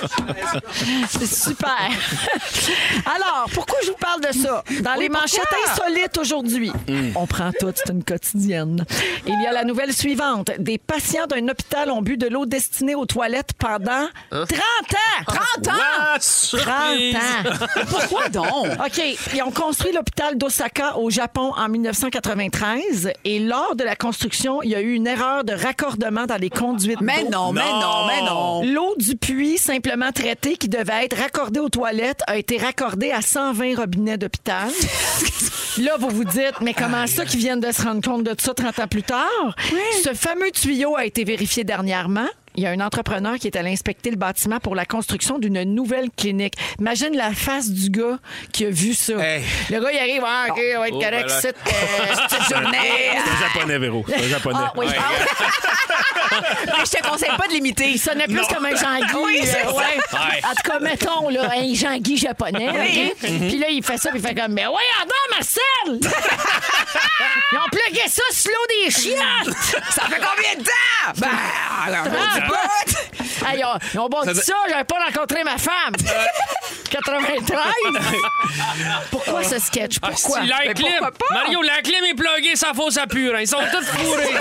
S3: C'est super. Alors, pourquoi je vous parle de ça? Dans les manchettes insolites aujourd'hui,
S2: Hmm.
S3: on prend tout, c'est une quotidienne. Il y a la nouvelle suivante. Des patients d'un hôpital ont bu de l'eau destinée aux toilettes pendant 30 ans! 30 ans!
S5: Ah,
S3: 30
S5: surprise!
S3: ans!
S4: Pourquoi donc?
S3: OK. Ils ont construit l'hôpital d'Osaka au Japon en 1993 et lors de la construction, il y a eu une erreur de raccordement dans les conduites
S4: Mais
S3: d'eau.
S4: non, mais non, mais non!
S3: L'eau du puits simplement traitée qui devait être raccordée aux toilettes a été raccordée à 120 robinets d'hôpital. Là, vous vous dites, mais comment ça qu'ils viennent de se rendre compte de ça 30 ans plus tard? Ce fameux tuyau a été vérifié dernièrement. Il y a un entrepreneur qui est allé inspecter le bâtiment pour la construction d'une nouvelle clinique. Imagine la face du gars qui a vu ça. Le gars, il arrive, ah, OK, on va être
S2: Oh,
S3: correct,
S2: ben là.
S3: cette, euh,
S4: [LAUGHS]
S3: cette journée.
S2: C'est un japonais, Véro. C'est un japonais.
S3: Ah, oui, je parle. Mais je te conseille pas de l'imiter. Il sonnait plus
S2: Non.
S3: comme un Jean-Guy.
S2: Oui, c'est
S3: euh,
S2: ça.
S3: ouais.
S2: Ouais.
S3: En tout cas, mettons, là, un Jean-Guy japonais.
S1: Oui.
S3: OK? Puis là, il fait ça, puis il fait comme, mais ouais, attends,
S4: [LAUGHS]
S3: Marcel! Ils ont plugué ça sur l'eau des chiottes!
S4: Ça fait combien de temps? Ben, alors, on dit pas.
S3: Hey, ils ont- ils ont bon
S2: Ça
S3: dit
S2: fait-
S3: ça, j'avais pas rencontré ma
S4: [LAUGHS]
S3: femme! 93! Pourquoi ce sketch?
S4: Ah,
S3: Pourquoi?
S5: Si Laclim, Mario, Laclim est plugué, sa fausse à pure. hein. Ils sont tous fourrés.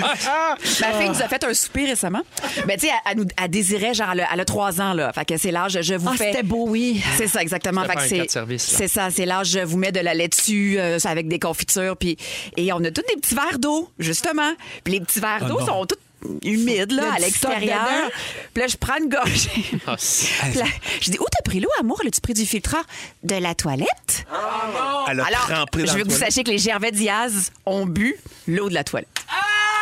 S4: Ma fille nous a fait un souper récemment. Mais tu sais, elle, elle nous- elle désirait, genre, elle a- elle a trois ans, là. Fait que c'est l'âge, je vous
S3: Ah,
S4: fais.
S3: c'était beau, oui.
S4: C'est ça, exactement.
S5: C'était
S4: Fait
S5: pas
S4: que
S5: un
S4: c'est,
S5: carte service, là.
S4: c'est ça, c'est là, je vous mets de la laitue euh, avec des confitures. Puis, et on a tous des petits verres d'eau, justement. Puis les petits verres d'eau sont tous humides,
S3: Ah, Il y a
S4: là, à
S3: du stock
S4: l'extérieur.
S3: dedans.
S4: Puis là, je prends une gorgée.
S5: Ah,
S4: Puis là, je dis, où t'as pris l'eau, amour? Là, tu pris du filtrant de la toilette?
S2: Elle a
S4: Alors,
S2: trempé dans
S4: je veux
S2: le
S4: que vous
S2: toilette.
S4: sachiez que les Gervais Diaz ont bu l'eau de la toilette.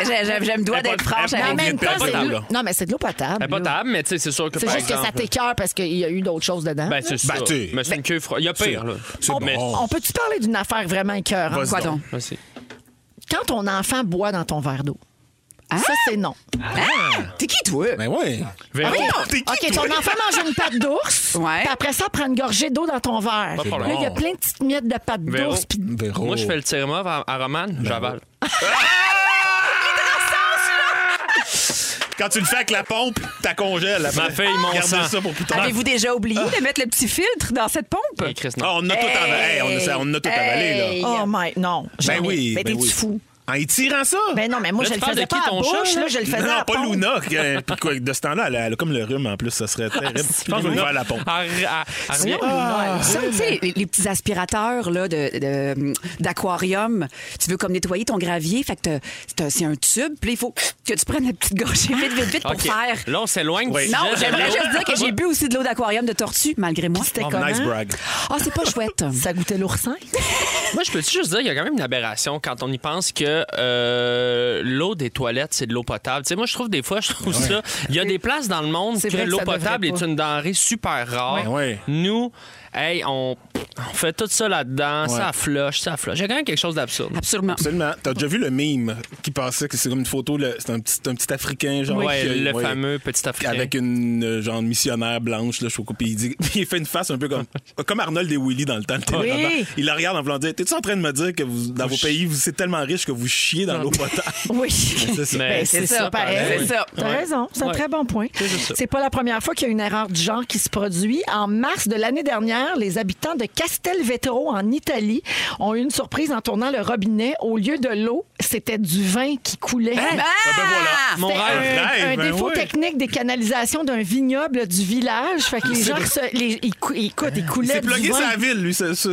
S4: J'ai- j'ai- je me dois
S2: Elle est
S4: d'être
S2: pas-
S4: franche
S2: elle est
S3: Mais
S2: pas
S3: en
S4: avec
S2: vient
S3: même
S2: de perdre
S3: temps, Ah! c'est
S2: la
S3: de
S2: table,
S3: l'eau- Non, mais c'est de l'eau potable.
S5: C'est Ben, pas
S3: là.
S5: table, mais tu sais, c'est sûr que
S3: C'est
S5: par
S3: juste que ça
S5: exemple-
S3: t'écœure parce qu'il y a eu d'autres choses
S4: Hein?
S3: dedans.
S5: Ben, c'est ça.
S2: Ben, tu-
S5: mais c'est une queue froide. Il y a pire, là.
S2: C'est
S5: Mais-
S2: bon.
S3: On peut-tu parler d'une affaire vraiment écœurante?
S2: Vas-y
S4: Quoi donc?
S5: Vas-y.
S2: Ah
S3: Quand ton enfant boit dans ton verre d'eau, ça, c'est non.
S4: T'es qui, toi?
S2: Ben oui.
S5: Véro,
S2: Oh, t'es qui,
S3: OK, ton
S2: toi?
S3: enfant mange une pâte d'ours,
S4: Ouais.
S3: puis après ça, prend une gorgée d'eau dans ton verre.
S5: Pas de
S3: Là,
S5: problème.
S3: il y a plein de petites miettes de pâte
S5: Véro.
S3: d'ours. puis-
S2: Véro.
S5: moi, je fais le tir à, à Roman,
S2: Ben
S5: j'avale.
S2: Quand tu le fais avec la pompe, t'as congèle. après.
S5: Ma fille, mon
S2: Garde
S5: sang.
S2: ça pour plus tard.
S4: Avez-vous déjà oublié de mettre le petit filtre dans cette pompe?
S5: Et Chris, non.
S2: Ah, on a tout avalé. Hey, on a- on a tout avalé,
S4: Hey.
S2: là.
S3: Oh my, non.
S2: Ben
S3: jamais.
S2: oui.
S3: Mais
S2: ben
S3: t'es-tu
S2: oui.
S3: fou?
S2: En y tirant ça?
S3: Ben non, mais moi,
S5: Là,
S3: je le
S5: tu parles
S3: faisais
S5: de qui,
S3: pas à
S5: ton
S3: bouche,
S5: chat, là?
S3: là, je le faisais
S2: non,
S3: à
S2: pas
S3: pompe.
S2: Luna. qui- euh, puis quoi, de ce temps-là, elle a, elle a comme le rhume en plus, ça serait
S3: Ah,
S2: terrible. Je pense que je vais le faire à la pompe.
S5: Ah, ah, ah, rien.
S4: Ça, tu sais, les, les petits aspirateurs là, de- de- d'aquarium, tu veux comme nettoyer ton gravier, fait que t'as- c'est un- c'est un tube, puis là, il faut que tu prennes la petite gorgée vite, vite, vite pour
S5: OK.
S4: faire.
S5: Là, on s'éloigne. du
S4: Non,
S5: sujet de
S4: j'aimerais
S5: Véro.
S4: juste dire que j'ai bu aussi de l'eau d'aquarium de tortue, malgré moi.
S3: C'était
S2: Oh,
S3: comment?
S2: nice brag.
S4: Ah,
S3: [LAUGHS]
S4: c'est pas chouette.
S3: Ça goûtait l'oursin?
S5: [LAUGHS] Moi, je peux juste dire, il y a quand même une aberration quand on y pense que euh, l'eau des toilettes, c'est de l'eau potable. Tu sais, moi, je trouve des fois, je trouve ça. Il y a des places dans le monde
S3: C'est
S5: que
S3: vrai que
S5: l'eau
S3: ça devrait
S5: potable
S3: pas.
S5: est une denrée super rare.
S2: Ouais. Ouais.
S5: Nous, hey, on, on fait tout ça là-dedans,
S2: Ouais.
S5: ça flush, ça flush. Il y a quand même quelque chose d'absurde.
S4: Absolument.
S2: Absolument. T'as déjà vu le mime qui passait que c'est comme une photo, le- c'est un petit, un petit Africain, genre.
S5: Ouais,
S2: qui a-
S5: le
S2: ouais,
S5: fameux petit Africain.
S2: Avec une euh, genre missionnaire blanche, là, je sais pas, puis il dit, [LAUGHS] puis il fait une face un peu comme, comme Arnold et Willy dans le temps. le téléroman.
S3: Oui.
S2: Il la regarde en voulant dire, t'es-tu en train de me dire que vous, dans vos pays, vous c'est tellement riche que vous chiez dans l'eau
S5: [LAUGHS]
S2: potable?
S3: [LAUGHS] Oui.
S2: C'est ça.
S5: Mais
S3: Ben, c'est ça, pareil.
S5: pareil.
S4: C'est ça.
S3: T'as
S5: Ouais.
S3: raison, c'est un
S5: Ouais.
S3: très bon point.
S5: juste ça.
S3: C'est pas la première fois qu'il y a une erreur du genre qui se produit. En mars de l'année dernière, les habitants de Castelvetro, en Italie, ont eu une surprise en tournant le robinet. Au lieu de l'eau, c'était du vin qui coulait.
S2: Ah, ben voilà.
S5: Mon
S3: C'était
S5: rêve.
S2: un
S3: un,
S2: rêve,
S3: un
S2: ben
S3: défaut
S2: oui.
S3: technique des canalisations d'un vignoble du village. Fait que les gens, se- les- ils, cou- ils- écoute, ils
S2: Il
S3: coulaient
S2: s'est
S3: du
S2: plugué
S3: vin.
S2: sa ville, lui. C'est
S3: C'est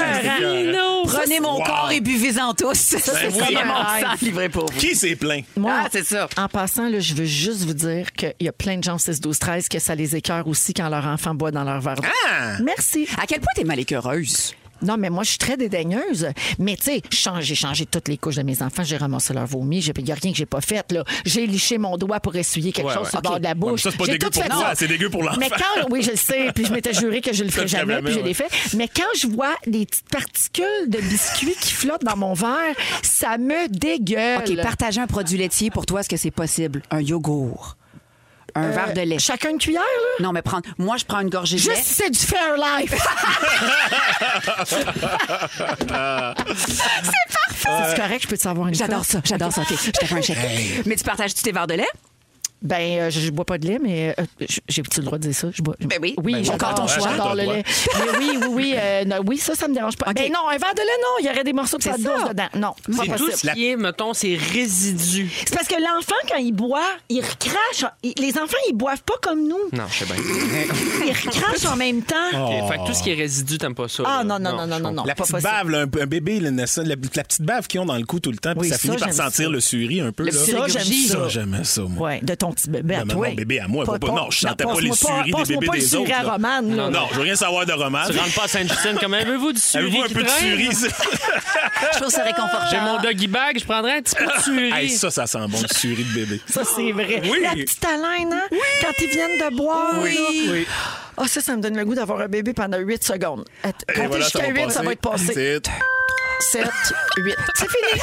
S2: hein.
S3: écœurant.
S4: Prenez mon
S2: Wow.
S4: corps et buvez-en tous. Ça, c'est
S2: oui.
S4: comme
S2: C'est
S4: mon
S3: un
S4: sang
S3: rêve.
S4: livré pour vous.
S2: Qui s'est plaint?
S3: Moi,
S4: Ah, c'est ça.
S3: En passant, là, je veux juste vous dire qu'il y a plein de gens 6, 12, 13 que ça les écœure aussi quand leur enfant boit dans leur verre. d'eau.
S2: Ah!
S3: Merci.
S4: À quel point t'es malécœureuse?
S3: Non, mais moi, je suis très dédaigneuse. Mais tu sais, je change- j'ai changé toutes les couches de mes enfants, j'ai ramassé leur vomi, il n'y a rien que j'ai pas fait. là. J'ai liché mon doigt pour essuyer quelque
S5: Ouais,
S3: chose
S5: ouais.
S3: sur le bord de la
S2: Ouais, mais
S3: bouche.
S2: ça, c'est pas
S3: J'ai
S2: dégueu
S3: tout
S2: pour
S3: fait
S2: toi,
S3: ça.
S2: c'est dégueu pour l'enfant.
S3: Mais quand, oui, je le sais, puis je m'étais juré que je le ferais
S2: Ça, tu
S3: jamais,
S2: l'avais
S3: puis je l'ai
S2: jamais,
S3: fait. Mais quand je vois les petites particules de biscuits qui flottent dans mon verre, ça me dégueule.
S4: OK, partager un produit laitier, pour toi, est-ce que c'est possible? Un yogourt, un verre de lait.
S3: Chacun une cuillère, là?
S4: Non, mais prendre. Moi, je prends une gorgée de
S3: Juste
S4: lait.
S3: si c'est du fair [LAUGHS] life. c'est parfait. C'est correct, je peux te savoir une
S4: J'adore
S3: fois?
S4: ça, j'adore ça. OK, je te fais un chèque. Mais tu partages-tu tes verres de lait?
S3: Ben, euh, je, je bois pas de lait, mais euh, j- j'ai-tu le droit de dire ça? Je bois,
S4: Ben oui.
S3: Oui,
S4: Ben oui.
S3: j'adore
S4: Encore ton
S3: ton
S4: choix.
S3: choix. J'adore le lait. Mais oui, oui, oui. euh, non, oui, ça, ça me dérange pas.
S4: OK.
S3: Ben non, un verre de lait, non. Il y aurait des morceaux de
S4: C'est
S3: pâte
S4: ça.
S3: douce dedans. Non, pas
S5: C'est tout
S3: possible.
S5: ce qui est, mettons, c'est résidus.
S3: C'est parce que l'enfant, quand il boit, il recrache. Il- les enfants, ils boivent pas comme nous.
S5: Non, je sais bien.
S3: Ils recrachent en même temps.
S5: OK, Fait que tout ce qui est résidu, t'aimes pas ça.
S3: Ah
S5: là.
S3: non, non, non, non, non, non.
S2: La
S3: pas
S2: petite
S3: possible.
S2: bave, là, un, peu- un bébé, là, naissant, la, la petite bave qu'ils ont dans le cou tout le temps, puis
S3: Oui,
S2: ça,
S3: ça,
S2: finit par
S3: j'aime
S2: sentir
S3: ça.
S2: le suri un peu.
S3: Le
S2: là.
S3: petit Ça, j'aime régurgie. ça.
S2: j'aimais ça, moi.
S3: Ouais, de ton ton petit bébé à
S2: Non, mais
S3: toi.
S2: mon bébé à moi, faut pas- non, je sentais pas les
S3: passe-moi
S2: suris des
S3: passe-moi
S2: bébés
S3: pas le
S2: des
S3: suris
S2: autres,
S3: à
S2: là.
S3: Romane, là.
S2: Non, je veux rien savoir de romance.
S5: Tu rentres pas à Sainte-Justine comme avez-vous du suri
S2: Avez-vous un
S5: qui
S2: peu de
S5: traîne?
S2: suri? ça?
S4: Je trouve ça réconfortant.
S5: J'ai mon doggy bag, je prendrais un petit peu de suri.
S2: Ah. Hey, ça, ça sent bon, le suri de bébé.
S3: Ça, c'est vrai.
S2: Oui.
S3: La petite haleine, hein? Quand ils viennent de boire.
S2: Oui.
S3: là.
S2: Oui.
S3: Ah, ça, ça me donne le goût d'avoir un bébé pendant 8 secondes. Att-
S2: Et
S3: Comptez
S2: Eh, voilà, ça
S3: jusqu'à
S2: va
S3: 8, ça
S2: passer.
S3: va être passé.
S2: C'est-
S3: 7,
S2: [LAUGHS]
S3: 8. C'est fini.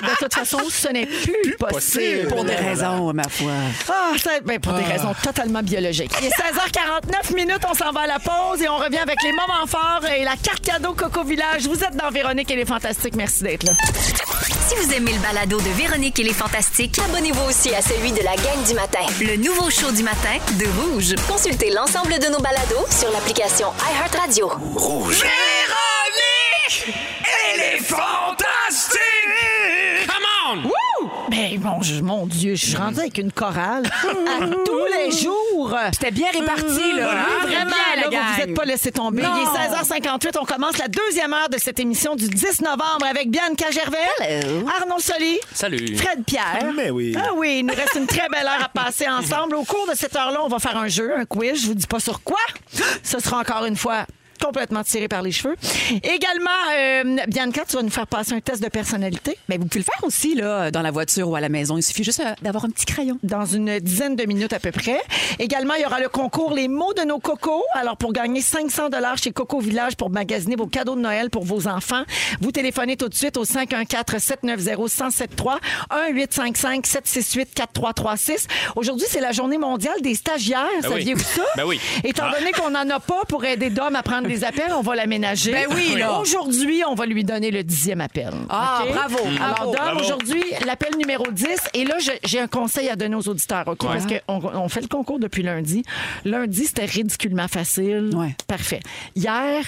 S3: de toute façon, ce n'est plus possible.
S4: Pour des raisons, ma foi.
S3: Ah, ça- ben, pour des raisons totalement biologiques. Il est 16h49 minutes, on s'en va à la pause et on revient avec les moments forts et la carte cadeau Coco Village. Vous êtes dans Véronique et les Fantastiques. Merci d'être là.
S9: Si vous aimez le balado de Véronique et les Fantastiques,
S10: Abonnez-vous aussi à celui de la gang du matin.
S9: le nouveau show du matin de Rouge.
S10: Consultez l'ensemble de nos balados sur l'application iHeartRadio.
S11: Rouge.
S6: Véronique! Elle est fantastique!
S5: Come on!
S3: Ben, bon, je- mon Dieu, je suis
S4: Mm.
S3: rendue avec une
S4: [LAUGHS]
S3: chorale à tous les jours.
S4: C'était bien réparti, là.
S3: Oui,
S4: hein?
S3: vraiment, là,
S4: Bien, la
S3: vous vous
S4: gang.
S3: êtes pas laissé tomber.
S4: Non.
S3: Il est 16h58, on commence la deuxième heure de cette émission du 10 novembre avec Bianca Gervais, Arnaud Soli,
S5: Salut.
S3: Fred Pierre.
S2: Mais oui.
S3: Ah oui, il nous reste une très belle heure à passer ensemble. Au cours de cette heure-là, on va faire un jeu, un quiz, je vous dis pas sur quoi. Ce sera encore une fois complètement tiré par les cheveux. Également, euh, Bianca, tu vas nous faire passer un test de personnalité. Ben,
S4: Mais vous pouvez le faire aussi, là, dans la voiture ou à la maison. Il suffit juste euh, d'avoir un petit crayon.
S3: dans une dizaine de minutes à peu près. Également, il y aura le concours Les mots de nos cocos. Alors, pour gagner 500 dollars chez Coco Village pour magasiner vos cadeaux de Noël pour vos enfants, vous téléphonez tout de suite au 514-790-1073 1-855-768-4336. Aujourd'hui, c'est la journée mondiale des stagiaires.
S5: Ben oui.
S3: Saviez-vous ça?
S5: Ben oui.
S3: Étant donné qu'on n'en a pas pour aider Dom à prendre des appels, on va l'aménager.
S4: Ben oui, là.
S3: Aujourd'hui, on va lui donner le dixième appel.
S4: Ah,
S3: OK?
S4: bravo,
S5: Mm.
S4: bravo.
S3: Alors, Dom,
S2: Bravo.
S3: Ah, aujourd'hui, l'appel numéro 10. Et là, je- j'ai un conseil à donner aux auditeurs, OK? Parce qu'on on fait le concours depuis lundi. Lundi, c'était ridiculement facile.
S4: Ouais.
S3: Parfait. Hier,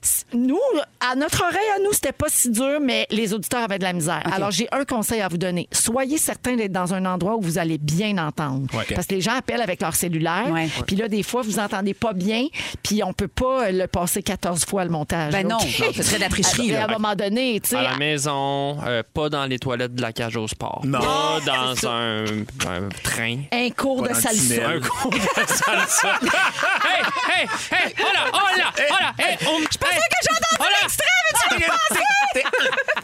S3: c- nous, à notre oreille, à nous, c'était pas si dur, mais les auditeurs avaient de la misère. Alors, j'ai un conseil à vous donner. Soyez certain d'être dans un endroit où vous allez bien entendre.
S2: Ouais.
S3: Parce que les gens appellent avec leur cellulaire.
S4: Ouais.
S3: Puis là, des fois, vous entendez pas bien. Puis on peut pas euh, le passer 14 fois le montage.
S4: Ben
S3: là,
S4: non,
S3: OK?
S4: ce serait de la tricherie,
S3: À,
S4: là.
S3: un moment donné, tu sais,
S5: À la maison, euh, pas dans les toilettes de la cage au sport.
S2: Non.
S3: Ah,
S5: Pas dans un, un train.
S3: un cours
S2: Pas
S3: de
S2: dans le
S3: salsa.
S2: tunnel.
S5: Un cours de salsa. hey, hey, hey, oh là, oh là, oh là, hey, on- Je pensais que j'entendais entendu l'extrait, mais tu l'as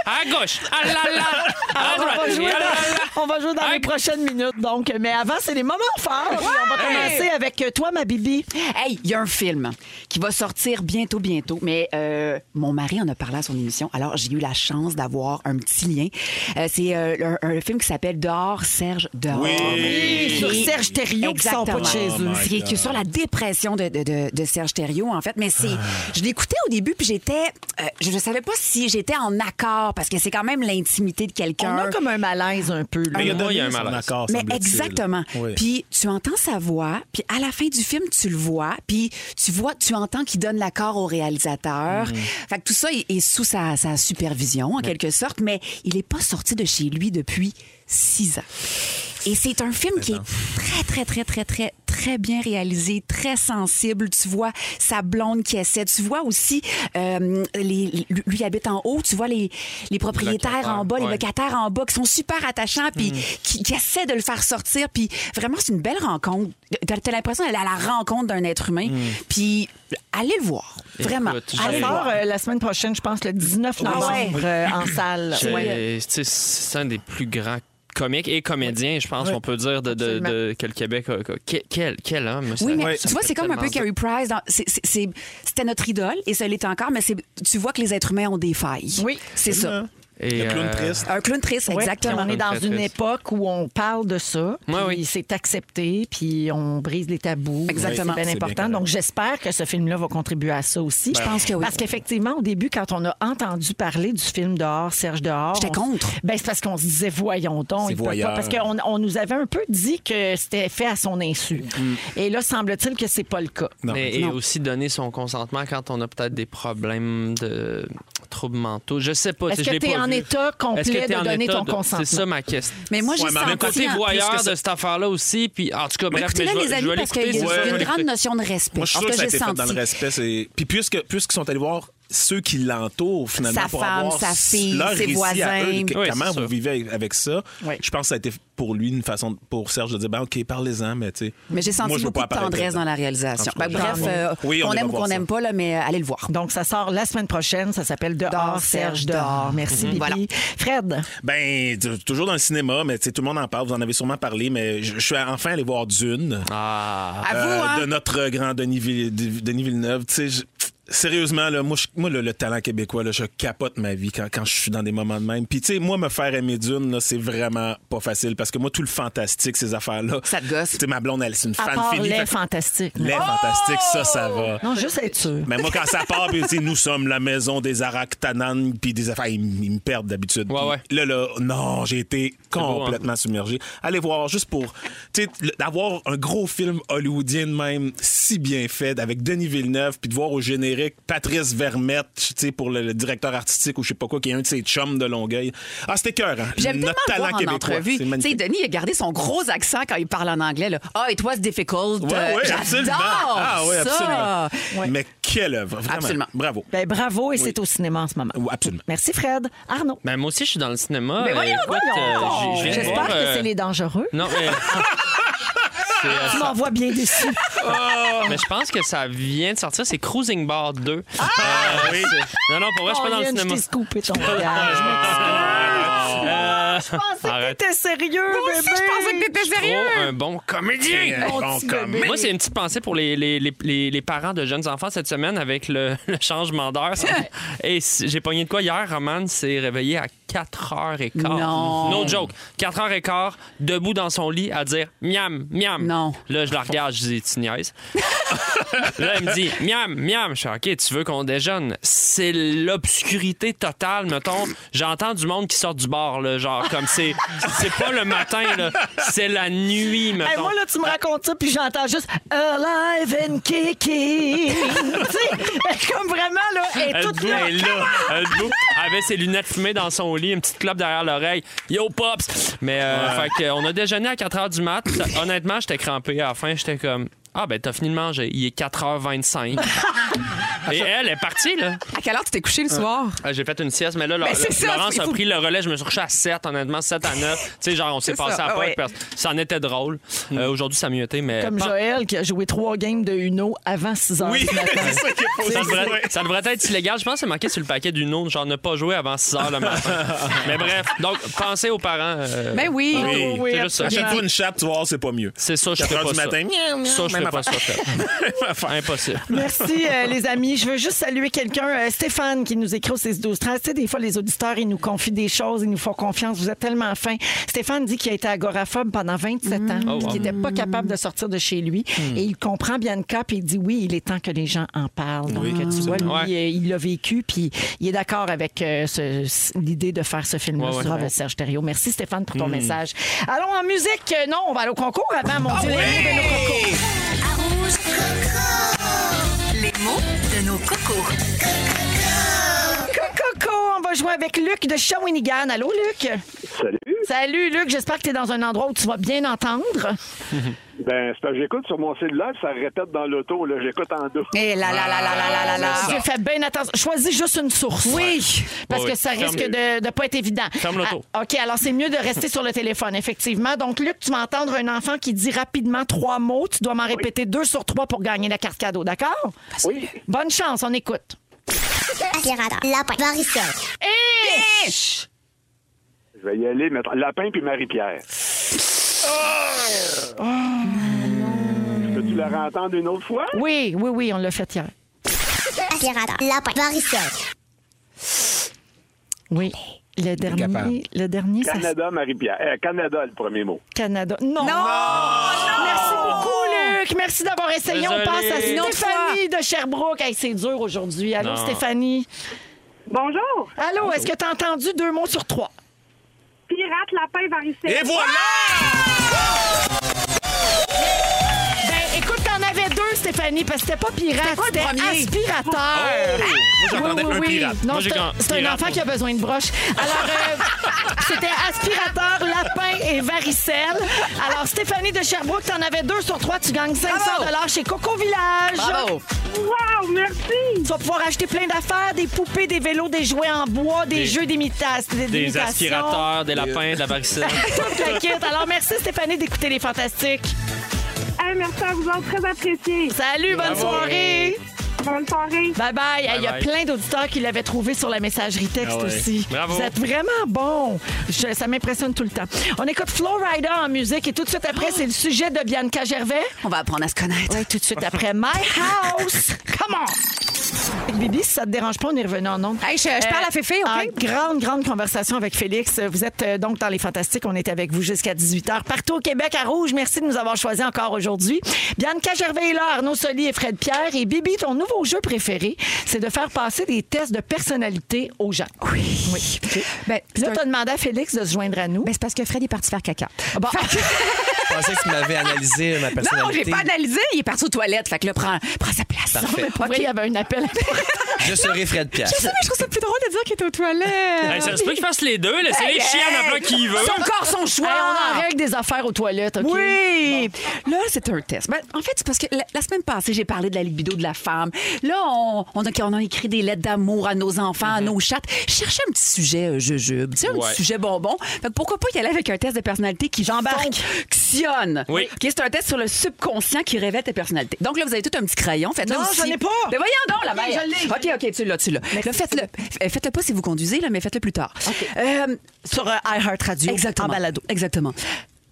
S5: À gauche, à la la, à
S3: on, va
S5: droite,
S3: jouer
S5: à la la.
S3: dans, on va jouer
S5: Hein?
S3: dans les prochaines minutes. Donc, mais avant, c'est les moments forts. Puis on va commencer avec euh, toi, ma Bibi.
S4: Hey, il y a un film qui va sortir bientôt, bientôt. Mais euh, mon mari en a parlé à son émission. Alors, j'ai eu la chance d'avoir un petit lien. Euh, c'est euh, un, un film qui s'appelle Dehors, Serge, Dehors.
S2: Oui. Oui,
S3: sur Serge Thériault qui sort pas de
S4: Exactement.
S3: chez eux.
S2: Oh my
S4: C'est- qui
S2: God.
S4: est sur la dépression de, de- de- de Serge Thériault, en fait. Mais c'est,
S2: Ah.
S4: je l'écoutais au début, puis j'étais... euh, je ne savais pas si j'étais en accord, parce que c'est quand même l'intimité de quelqu'un.
S3: On a comme un malaise un peu. là.
S5: Mais Ah, il y a
S2: Moi,
S5: donné son
S2: accord,
S4: Mais
S2: semble-t-il.
S4: exactement.
S2: Oui.
S4: Puis tu entends sa voix, puis à la fin du film, tu le vois, puis tu vois, tu entends qu'il donne l'accord au réalisateur.
S2: Mhm.
S4: Fait que tout ça est est sous sa, sa supervision, en quelque sorte, mais il n'est pas sorti de chez lui depuis six ans. Et c'est un film qui est très, très, très, très, très, très bien réalisé, très sensible. Tu vois sa blonde qui essaie. Tu vois aussi, euh, les, lui- lui habite en haut, tu vois les, les propriétaires en bas, les
S5: ouais.
S4: locataires terre en bas qui sont super attachants puis
S2: Mm.
S4: qui, qui essaient de le faire sortir puis vraiment c'est une belle rencontre t'as t'as l'impression d'aller à la rencontre d'un être humain
S2: Mm.
S4: puis allez le voir vraiment
S5: Écoute,
S4: allez
S3: Elle
S4: le
S5: j'ai-
S3: sort
S4: voir
S3: euh, la semaine prochaine, je pense, le 19 novembre
S4: ouais.
S3: euh, en salle.
S5: Ah Je-
S3: Ouais.
S5: tu sais, C'est un des plus grands comiques et comédiens, je pense qu'on peut dire, de, de-
S3: Absolument.
S5: de- que le Québec a- que- que- quel, quel homme. ça-
S4: oui, mais
S5: ça
S4: tu
S5: me
S4: vois,
S5: fait
S4: c'est comme un peu
S5: tellement
S4: Carrie Price. dans- c'est- c'est- c'est- C'était notre idole et ça l'est encore, mais c'est- tu vois que les êtres humains ont des failles.
S3: Oui.
S4: C'est ça.
S5: Et,
S2: Le clown
S5: euh,
S2: triste.
S4: Un clown triste,
S3: Ouais,
S4: exactement.
S3: puis On est dans
S5: Très
S3: une
S5: triste.
S3: époque où on parle de ça, puis
S5: Ouais, oui.
S3: c'est accepté, puis on brise les tabous. C'est bien
S4: Exactement.
S2: C'est bien
S3: important.
S2: correct. Ben,
S3: Donc j'espère que ce film-là va contribuer à ça aussi.
S4: Je pense que oui.
S3: Parce qu'effectivement, au début, quand on a entendu parler du film Dehors, Serge Dehors.
S4: J'étais
S3: on-
S4: contre.
S3: Ben, c'est parce qu'on se disait, voyons donc.
S2: C'est
S3: il peut
S2: voyeur.
S3: pas- parce qu'on on nous avait un peu dit que c'était fait à son insu.
S2: Mm.
S3: Et là, semble-t-il que c'est pas le cas.
S2: Non.
S5: Mais- et aussi donner son consentement quand on a peut-être des problèmes de troubles mentaux. Je sais pas.
S3: Est-ce
S5: tu sais, je
S3: que
S5: l'ai
S3: t'es
S5: pas
S3: en
S5: vu.
S3: état complet
S5: Est-ce que t'es
S3: de
S5: en
S3: donner
S5: état
S3: ton
S5: de-
S3: consentement?
S5: C'est ça ma question.
S4: Mais moi, j'ai
S2: Ouais, mais en même temps,
S4: senti...
S5: Côté
S2: Tiens,
S5: voyeur
S2: puisque
S5: de cette affaire-là aussi, puis en tout cas, bref, mais
S4: Écoutez-la,
S5: je vais-
S4: les
S5: je
S4: amis,
S5: vais
S4: parce qu'il
S5: l'écouter.
S4: y a
S5: c'est
S2: je
S4: une
S2: vais
S4: grande notion de respect.
S2: Moi, je suis
S4: En
S2: sûr
S4: tout
S2: que ça a
S4: cas,
S2: été
S4: j'ai
S2: fait dans le
S4: senti.
S2: respect. c'est- Puis puisque- puisqu'ils sont allés voir ceux qui l'entourent finalement
S4: Sa
S2: pour
S4: femme,
S2: avoir
S4: sa fille,
S2: leur
S4: ses
S2: récit
S4: voisins.
S2: à eux, de que-
S4: Oui,
S2: comment
S4: c'est
S2: vous
S4: ça.
S2: vivez avec, avec ça.
S4: Oui.
S2: Je pense que ça a été pour lui une façon de- pour Serge de dire ben OK, parlez-en mais tu sais.
S4: Mais j'ai
S2: moi,
S4: senti
S2: je veux
S4: beaucoup
S2: pas
S4: de
S2: apparaître
S4: tendresse dans la réalisation.
S2: En tout cas,
S4: Ben, bref,
S2: bravo.
S4: euh,
S2: Oui, on
S4: qu'on
S2: ira
S4: aime ou
S2: voir
S4: qu'on
S2: ça.
S4: n'aime pas, là, mais euh, allez le voir.
S3: Donc, ça sort la semaine prochaine. Ça s'appelle Dehors, Serge Dehors.
S2: Mhm.
S3: Merci, Bibi.
S2: Voilà.
S3: Fred,
S2: Ben, t- toujours dans le cinéma, mais tu sais, tout le monde en parle, vous en avez sûrement parlé, mais je je suis enfin allé voir Dune.
S5: Ah.
S2: euh,
S4: À vous, hein?
S2: De notre grand Denis, Vill- Denis Villeneuve. Tu sais, je- Sérieusement, là, moi, je- moi le, le talent québécois, là, je capote ma vie quand, quand je suis dans des moments de même. Puis, tu sais, moi, me faire aimer Dune, là, c'est vraiment pas facile parce que moi, tout le fantastique, ces affaires-là. Ça te gosse. Tu sais, ma blonde, elle, c'est une
S3: à
S2: fan
S3: part
S2: finie.
S3: les
S2: Fait-
S3: fantastiques. Oh,
S2: les fantastiques, ça, ça va.
S3: Non, juste être sûr.
S2: Mais moi, quand ça part, puis, tu sais, nous sommes la maison des Araktanan, puis des affaires, ils, m- ils me perdent d'habitude. Puis Là, là, non, j'ai été complètement submergé. Allez voir, juste pour, tu sais, le- d'avoir un gros film hollywoodien de même, si bien fait, avec Denis Villeneuve, puis de voir au générique Patrice Vermette, tu sais, pour le, le directeur artistique ou je sais pas quoi, qui est un de ses chums de Longueuil. Ah, c'était cœur, hein?
S4: Puis J'aime tellement
S2: Notre
S4: le
S2: talent
S4: voir en
S2: québécois.
S4: entrevue.
S2: C'est
S4: Tu sais,
S2: magnifique.
S4: Denis, il a gardé son gros accent quand il parle en anglais. Là. Ah, it was difficult.
S2: Ouais,
S4: Euh,
S2: ouais, absolument.
S4: J'adore
S2: Ah, ouais,
S4: ça.
S2: absolument. Mais quelle œuvre, vraiment.
S5: Absolument.
S2: Bravo.
S3: Ben, bravo, et
S5: Oui.
S3: c'est au cinéma en ce moment.
S2: absolument.
S3: Merci, Fred. Arnaud.
S5: Ben, moi aussi, je suis dans le cinéma.
S3: Ben,
S5: Euh,
S3: voyons,
S5: écoute,
S3: voyons.
S5: euh, j'ai- je viens de
S3: J'espère
S5: voir,
S3: que
S5: euh,
S3: c'est les dangereux.
S5: Non, mais. [LAUGHS] C'est, euh,
S3: Tu m'envoies bien
S5: [LAUGHS]
S3: déçu.
S5: Mais je pense que ça vient de sortir, c'est Cruising Bar 2.
S3: Ah!
S5: Euh, c'est- Non, non, pour vrai, je suis pas dans le
S3: Colin,
S5: cinéma.
S3: Je t'ai scoopé ton regard. Ah, Je m'excuse.
S5: Euh,
S3: Je pensais Ah, que
S5: arrête.
S3: t'étais sérieux,
S5: Moi aussi,
S3: bébé.
S5: je pensais que t'étais Trop un bon comédien.
S3: Un bon petit bébé.
S5: Moi, c'est une petite pensée pour les, les, les- les- les parents de jeunes enfants cette semaine avec le, [LAUGHS] le changement d'heure. [LAUGHS] Et si- j'ai pogné de quoi hier, Roman s'est réveillé à 4h15.
S4: Non.
S5: No joke. 4h15, debout dans son lit à dire miam, miam. Non. Là, je la regarde, je dis tu niaises. [LAUGHS] Là, elle me dit miam, miam. Je suis OK, tu veux qu'on déjeune. C'est l'obscurité totale, mettons. J'entends du monde qui sort du bar, là, genre, comme c'est c'est pas le matin, là, c'est la nuit, mettons.
S3: Hey, moi, là, tu me racontes ça, puis j'entends juste Alive and
S5: [LAUGHS]
S3: kicking. [LAUGHS] tu sais, ben, comme vraiment, là, elle est
S5: Elle
S3: toute
S5: debout,
S3: là.
S5: elle est là, elle debout, avec ses lunettes fumées dans son lit, une petite clope derrière l'oreille. Yo, Pops! Mais euh,
S2: Ouais.
S5: fait que, on a déjeuné à 4 h du mat. Honnêtement, j'étais crampé. À la fin, j'étais comme. Ah, ben, t'as fini de manger. Il est 4h25. Et elle est partie, là.
S4: À quelle heure tu t'es couché le soir?
S5: Ah, J'ai fait une sieste, mais là,
S4: Mais
S3: Ben,
S5: Laurence
S4: c'est ça, il
S5: a
S4: faut-
S5: pris le relais. Je me suis couché à 7, honnêtement, 7 à 9. tu sais, genre, on s'est
S3: C'est
S5: passé
S3: ça,
S5: à
S3: ouais.
S5: pas. Ça en était drôle. Euh, Aujourd'hui, ça a mieux été, mais.
S3: Comme
S5: pas-
S3: Joël qui a joué trois games de Uno avant 6 heures.
S2: [LAUGHS]
S3: du matin.
S5: ça, devrait, ça devrait être illégal. Je pense que c'est marqué sur le paquet du nom. J'en ai pas joué avant 6 h le matin. Mais bref, donc pensez aux parents. euh,
S4: Ben oui.
S2: Oui,
S3: Oh,
S5: oui, oui,
S2: c'est juste ça.
S5: absolument.
S2: Achète-toi une chape, tu vois, c'est pas mieux.
S5: C'est ça, je
S2: 4
S5: fais
S2: heures
S5: pas
S2: du
S5: ça.
S2: matin, miam, miam,
S5: Ça, je fais
S2: même
S5: pas ça.
S2: affaire.
S5: fait. Impossible.
S3: Merci, euh, les amis. Je veux juste saluer quelqu'un, euh, Stéphane, qui nous écrit au 6 12 13 Tu sais, des fois, les auditeurs, ils nous confient des choses, ils nous font confiance. Vous êtes tellement fins. Stéphane dit qu'il a été agoraphobe pendant 27 ans,
S5: Oh, wow. Mm.
S3: qu'il n'était pas capable de sortir de chez lui. Et il comprend Bianca, puis il dit oui, il est temps que les gens en parlent. Donc,
S5: Oui,
S3: tu vois, lui,
S5: absolument.
S3: euh, il l'a vécu, puis il est d'accord avec euh, ce- ce- l'idée de faire ce film-là
S5: Ouais, Mm. ouais.
S3: sur euh, Serge Thériault. Merci, Stéphane, pour ton message. Allons en musique. Euh, Non, on va aller au concours avant,
S5: Ah
S3: mon Dieu, les mots de nos concours.
S9: Les mots de nos cocos.
S3: Coco, on va jouer avec Luc de Shawinigan. Allô, Luc?
S12: Salut.
S3: Salut, Luc. J'espère que tu es dans un endroit où tu vas bien entendre.
S12: Ben, c'est parce que j'écoute sur mon cellulaire, ça répète dans l'auto, là, j'écoute en deux.
S2: Ah.
S4: Et là, là, là, là, Ah là, là, là.
S3: J'ai fait bien attention. Choisis juste une source. Oui. Parce
S12: Oui,
S3: que ça
S12: ferme
S3: risque
S12: le-
S3: de ne pas être évident.
S12: Ferme l'auto.
S3: Ah, OK, alors c'est mieux de rester sur le téléphone, effectivement. Donc, Luc, tu vas entendre un enfant qui dit rapidement trois mots. Tu dois m'en répéter deux sur trois pour gagner la carte cadeau, d'accord? Oui. Bonne chance, on écoute.
S13: Aspirateur. Lapin. Varicelle.
S3: Et...
S12: Je vais y aller mettre Lapin puis Marie-Pierre. Peux-tu la entendre une autre fois?
S3: Oui, oui, oui, on l'a fait hier.
S13: Aspirateur. Lapin. Varicelle.
S3: Oui. Le dernier, le dernier, ça
S12: Canada, Marie-Pierre. Eh, Canada, le premier mot.
S3: Canada. Non.
S2: Ah.
S3: Merci beaucoup, Luc. Merci d'avoir essayé.
S12: Désolé.
S3: On passe à
S12: Une autre
S3: Stéphanie de Sherbrooke. Hey, c'est dur aujourd'hui. Allô,
S12: Non.
S3: Stéphanie. Bonjour. Allô, est-ce que tu as entendu deux mots sur trois?
S14: Pirate, lapin, varicelle.
S3: Et voilà! Ben, écoute, t'en avais deux, Stéphanie, parce que c'était pas pirate, c'était aspirateur.
S2: Oh! Moi, j'entendais un pirate.
S3: Non,
S2: Moi, j'ai
S3: c'est
S2: grand-
S3: un- c'est un
S2: pirate,
S3: enfant
S2: moi.
S3: [LAUGHS] qui a besoin de broche. Alors, euh, c'était aspirateur, lapin et et varicelle. Alors, Stéphanie de Sherbrooke, t'en avais deux sur trois. Tu gagnes 500 chez Coco Village.
S15: Bravo. Wow, merci.
S3: Tu vas pouvoir acheter plein d'affaires, des poupées, des vélos, des jouets en bois, des,
S5: Des-
S3: jeux d'imitation.
S5: Des aspirateurs, des lapins, de
S4: [LAUGHS]
S5: la varicelle.
S3: [LAUGHS] Toute la kit. Alors, merci Stéphanie d'écouter Les Fantastiques.
S15: merci à vous autres, très apprécié.
S3: Salut, bonne
S15: Bravo.
S3: soirée.
S15: Bonne soirée.
S3: Bye bye. Hey, Il y a
S15: bye.
S3: plein d'auditeurs qui l'avaient trouvé sur la messagerie texte
S15: Ah ouais.
S3: aussi.
S15: Bravo.
S3: Vous êtes vraiment bons. Je- ça m'impressionne tout le temps. On écoute Flow Rider en musique et tout de suite après,
S15: Ah.
S3: c'est le sujet de Bianca Gervais.
S4: On va apprendre à se connaître.
S3: Oui, tout de suite après. My House. Come on. Bibi, si ça te dérange pas, on est revenu en ondes. Euh,
S16: je- je parle à Féfé, OK?
S3: en grande, grande conversation avec Félix. Vous êtes euh, donc dans les Fantastiques. On est avec vous jusqu'à 18h. Partout au Québec, à Rouge, merci de nous avoir choisis encore aujourd'hui. Bianca Gervais est là, Arnaud Soli et Fred Pierre. Et Bibi, ton nouveau jeu préféré, c'est de faire passer des tests de personnalité aux gens. Oui. Ben, oui. Puis là, t'as demandé à Félix de se joindre à nous.
S4: Ben,
S3: Ah,
S16: Mais c'est parce que Fred est parti faire caca.
S3: [LAUGHS] Bon.
S12: Je pensais que tu m'avais analysé ma
S4: Non, j'ai
S12: personnalité.
S4: pas analysé. Il est parti aux toilettes. Fait que là, prends, prends sa place.
S12: Parfait. Non, mais pour
S3: vrai, il y avait un appel.
S12: Je serai Fred Pierre.
S16: Je sais, mais je trouve ça plus drôle de dire qu'il est aux toilettes.
S5: Hey, ça se peut qu'il fasse les deux. Laissez les chiens en appelant qui il veut.
S3: Hey, on en règle des affaires aux toilettes, OK?
S4: Oui! Là, c'est un test. Ben, en fait, c'est parce que la, la semaine passée, j'ai parlé de la libido de la femme. Là, on, on a, on a écrit des lettres d'amour à nos enfants, à nos chattes. Je cherchais un petit sujet euh, jujube, tu sais, un
S16: Mm-hmm. Ouais.
S4: petit sujet bonbon. Fait que pourquoi pas y aller avec un test de personnalité qui fonctionne?
S16: Oui.
S4: OK, c'est un test sur le subconscient qui révèle ta personnalité. Donc là, vous avez tout un petit crayon. Faites-le
S16: Non,
S4: aussi.
S16: j'en ai pas.
S4: Ben voyons donc, la
S16: Oui,
S4: veille.
S16: je l'ai.
S4: OK, OK, tu l'as, tu l'as. Là, Faites-le. Euh, Faites-le pas si vous conduisez, là, mais faites-le plus tard. Euh,
S3: Sur
S16: euh,
S3: iHeartRadio,
S4: Exactement. en balado. Exactement.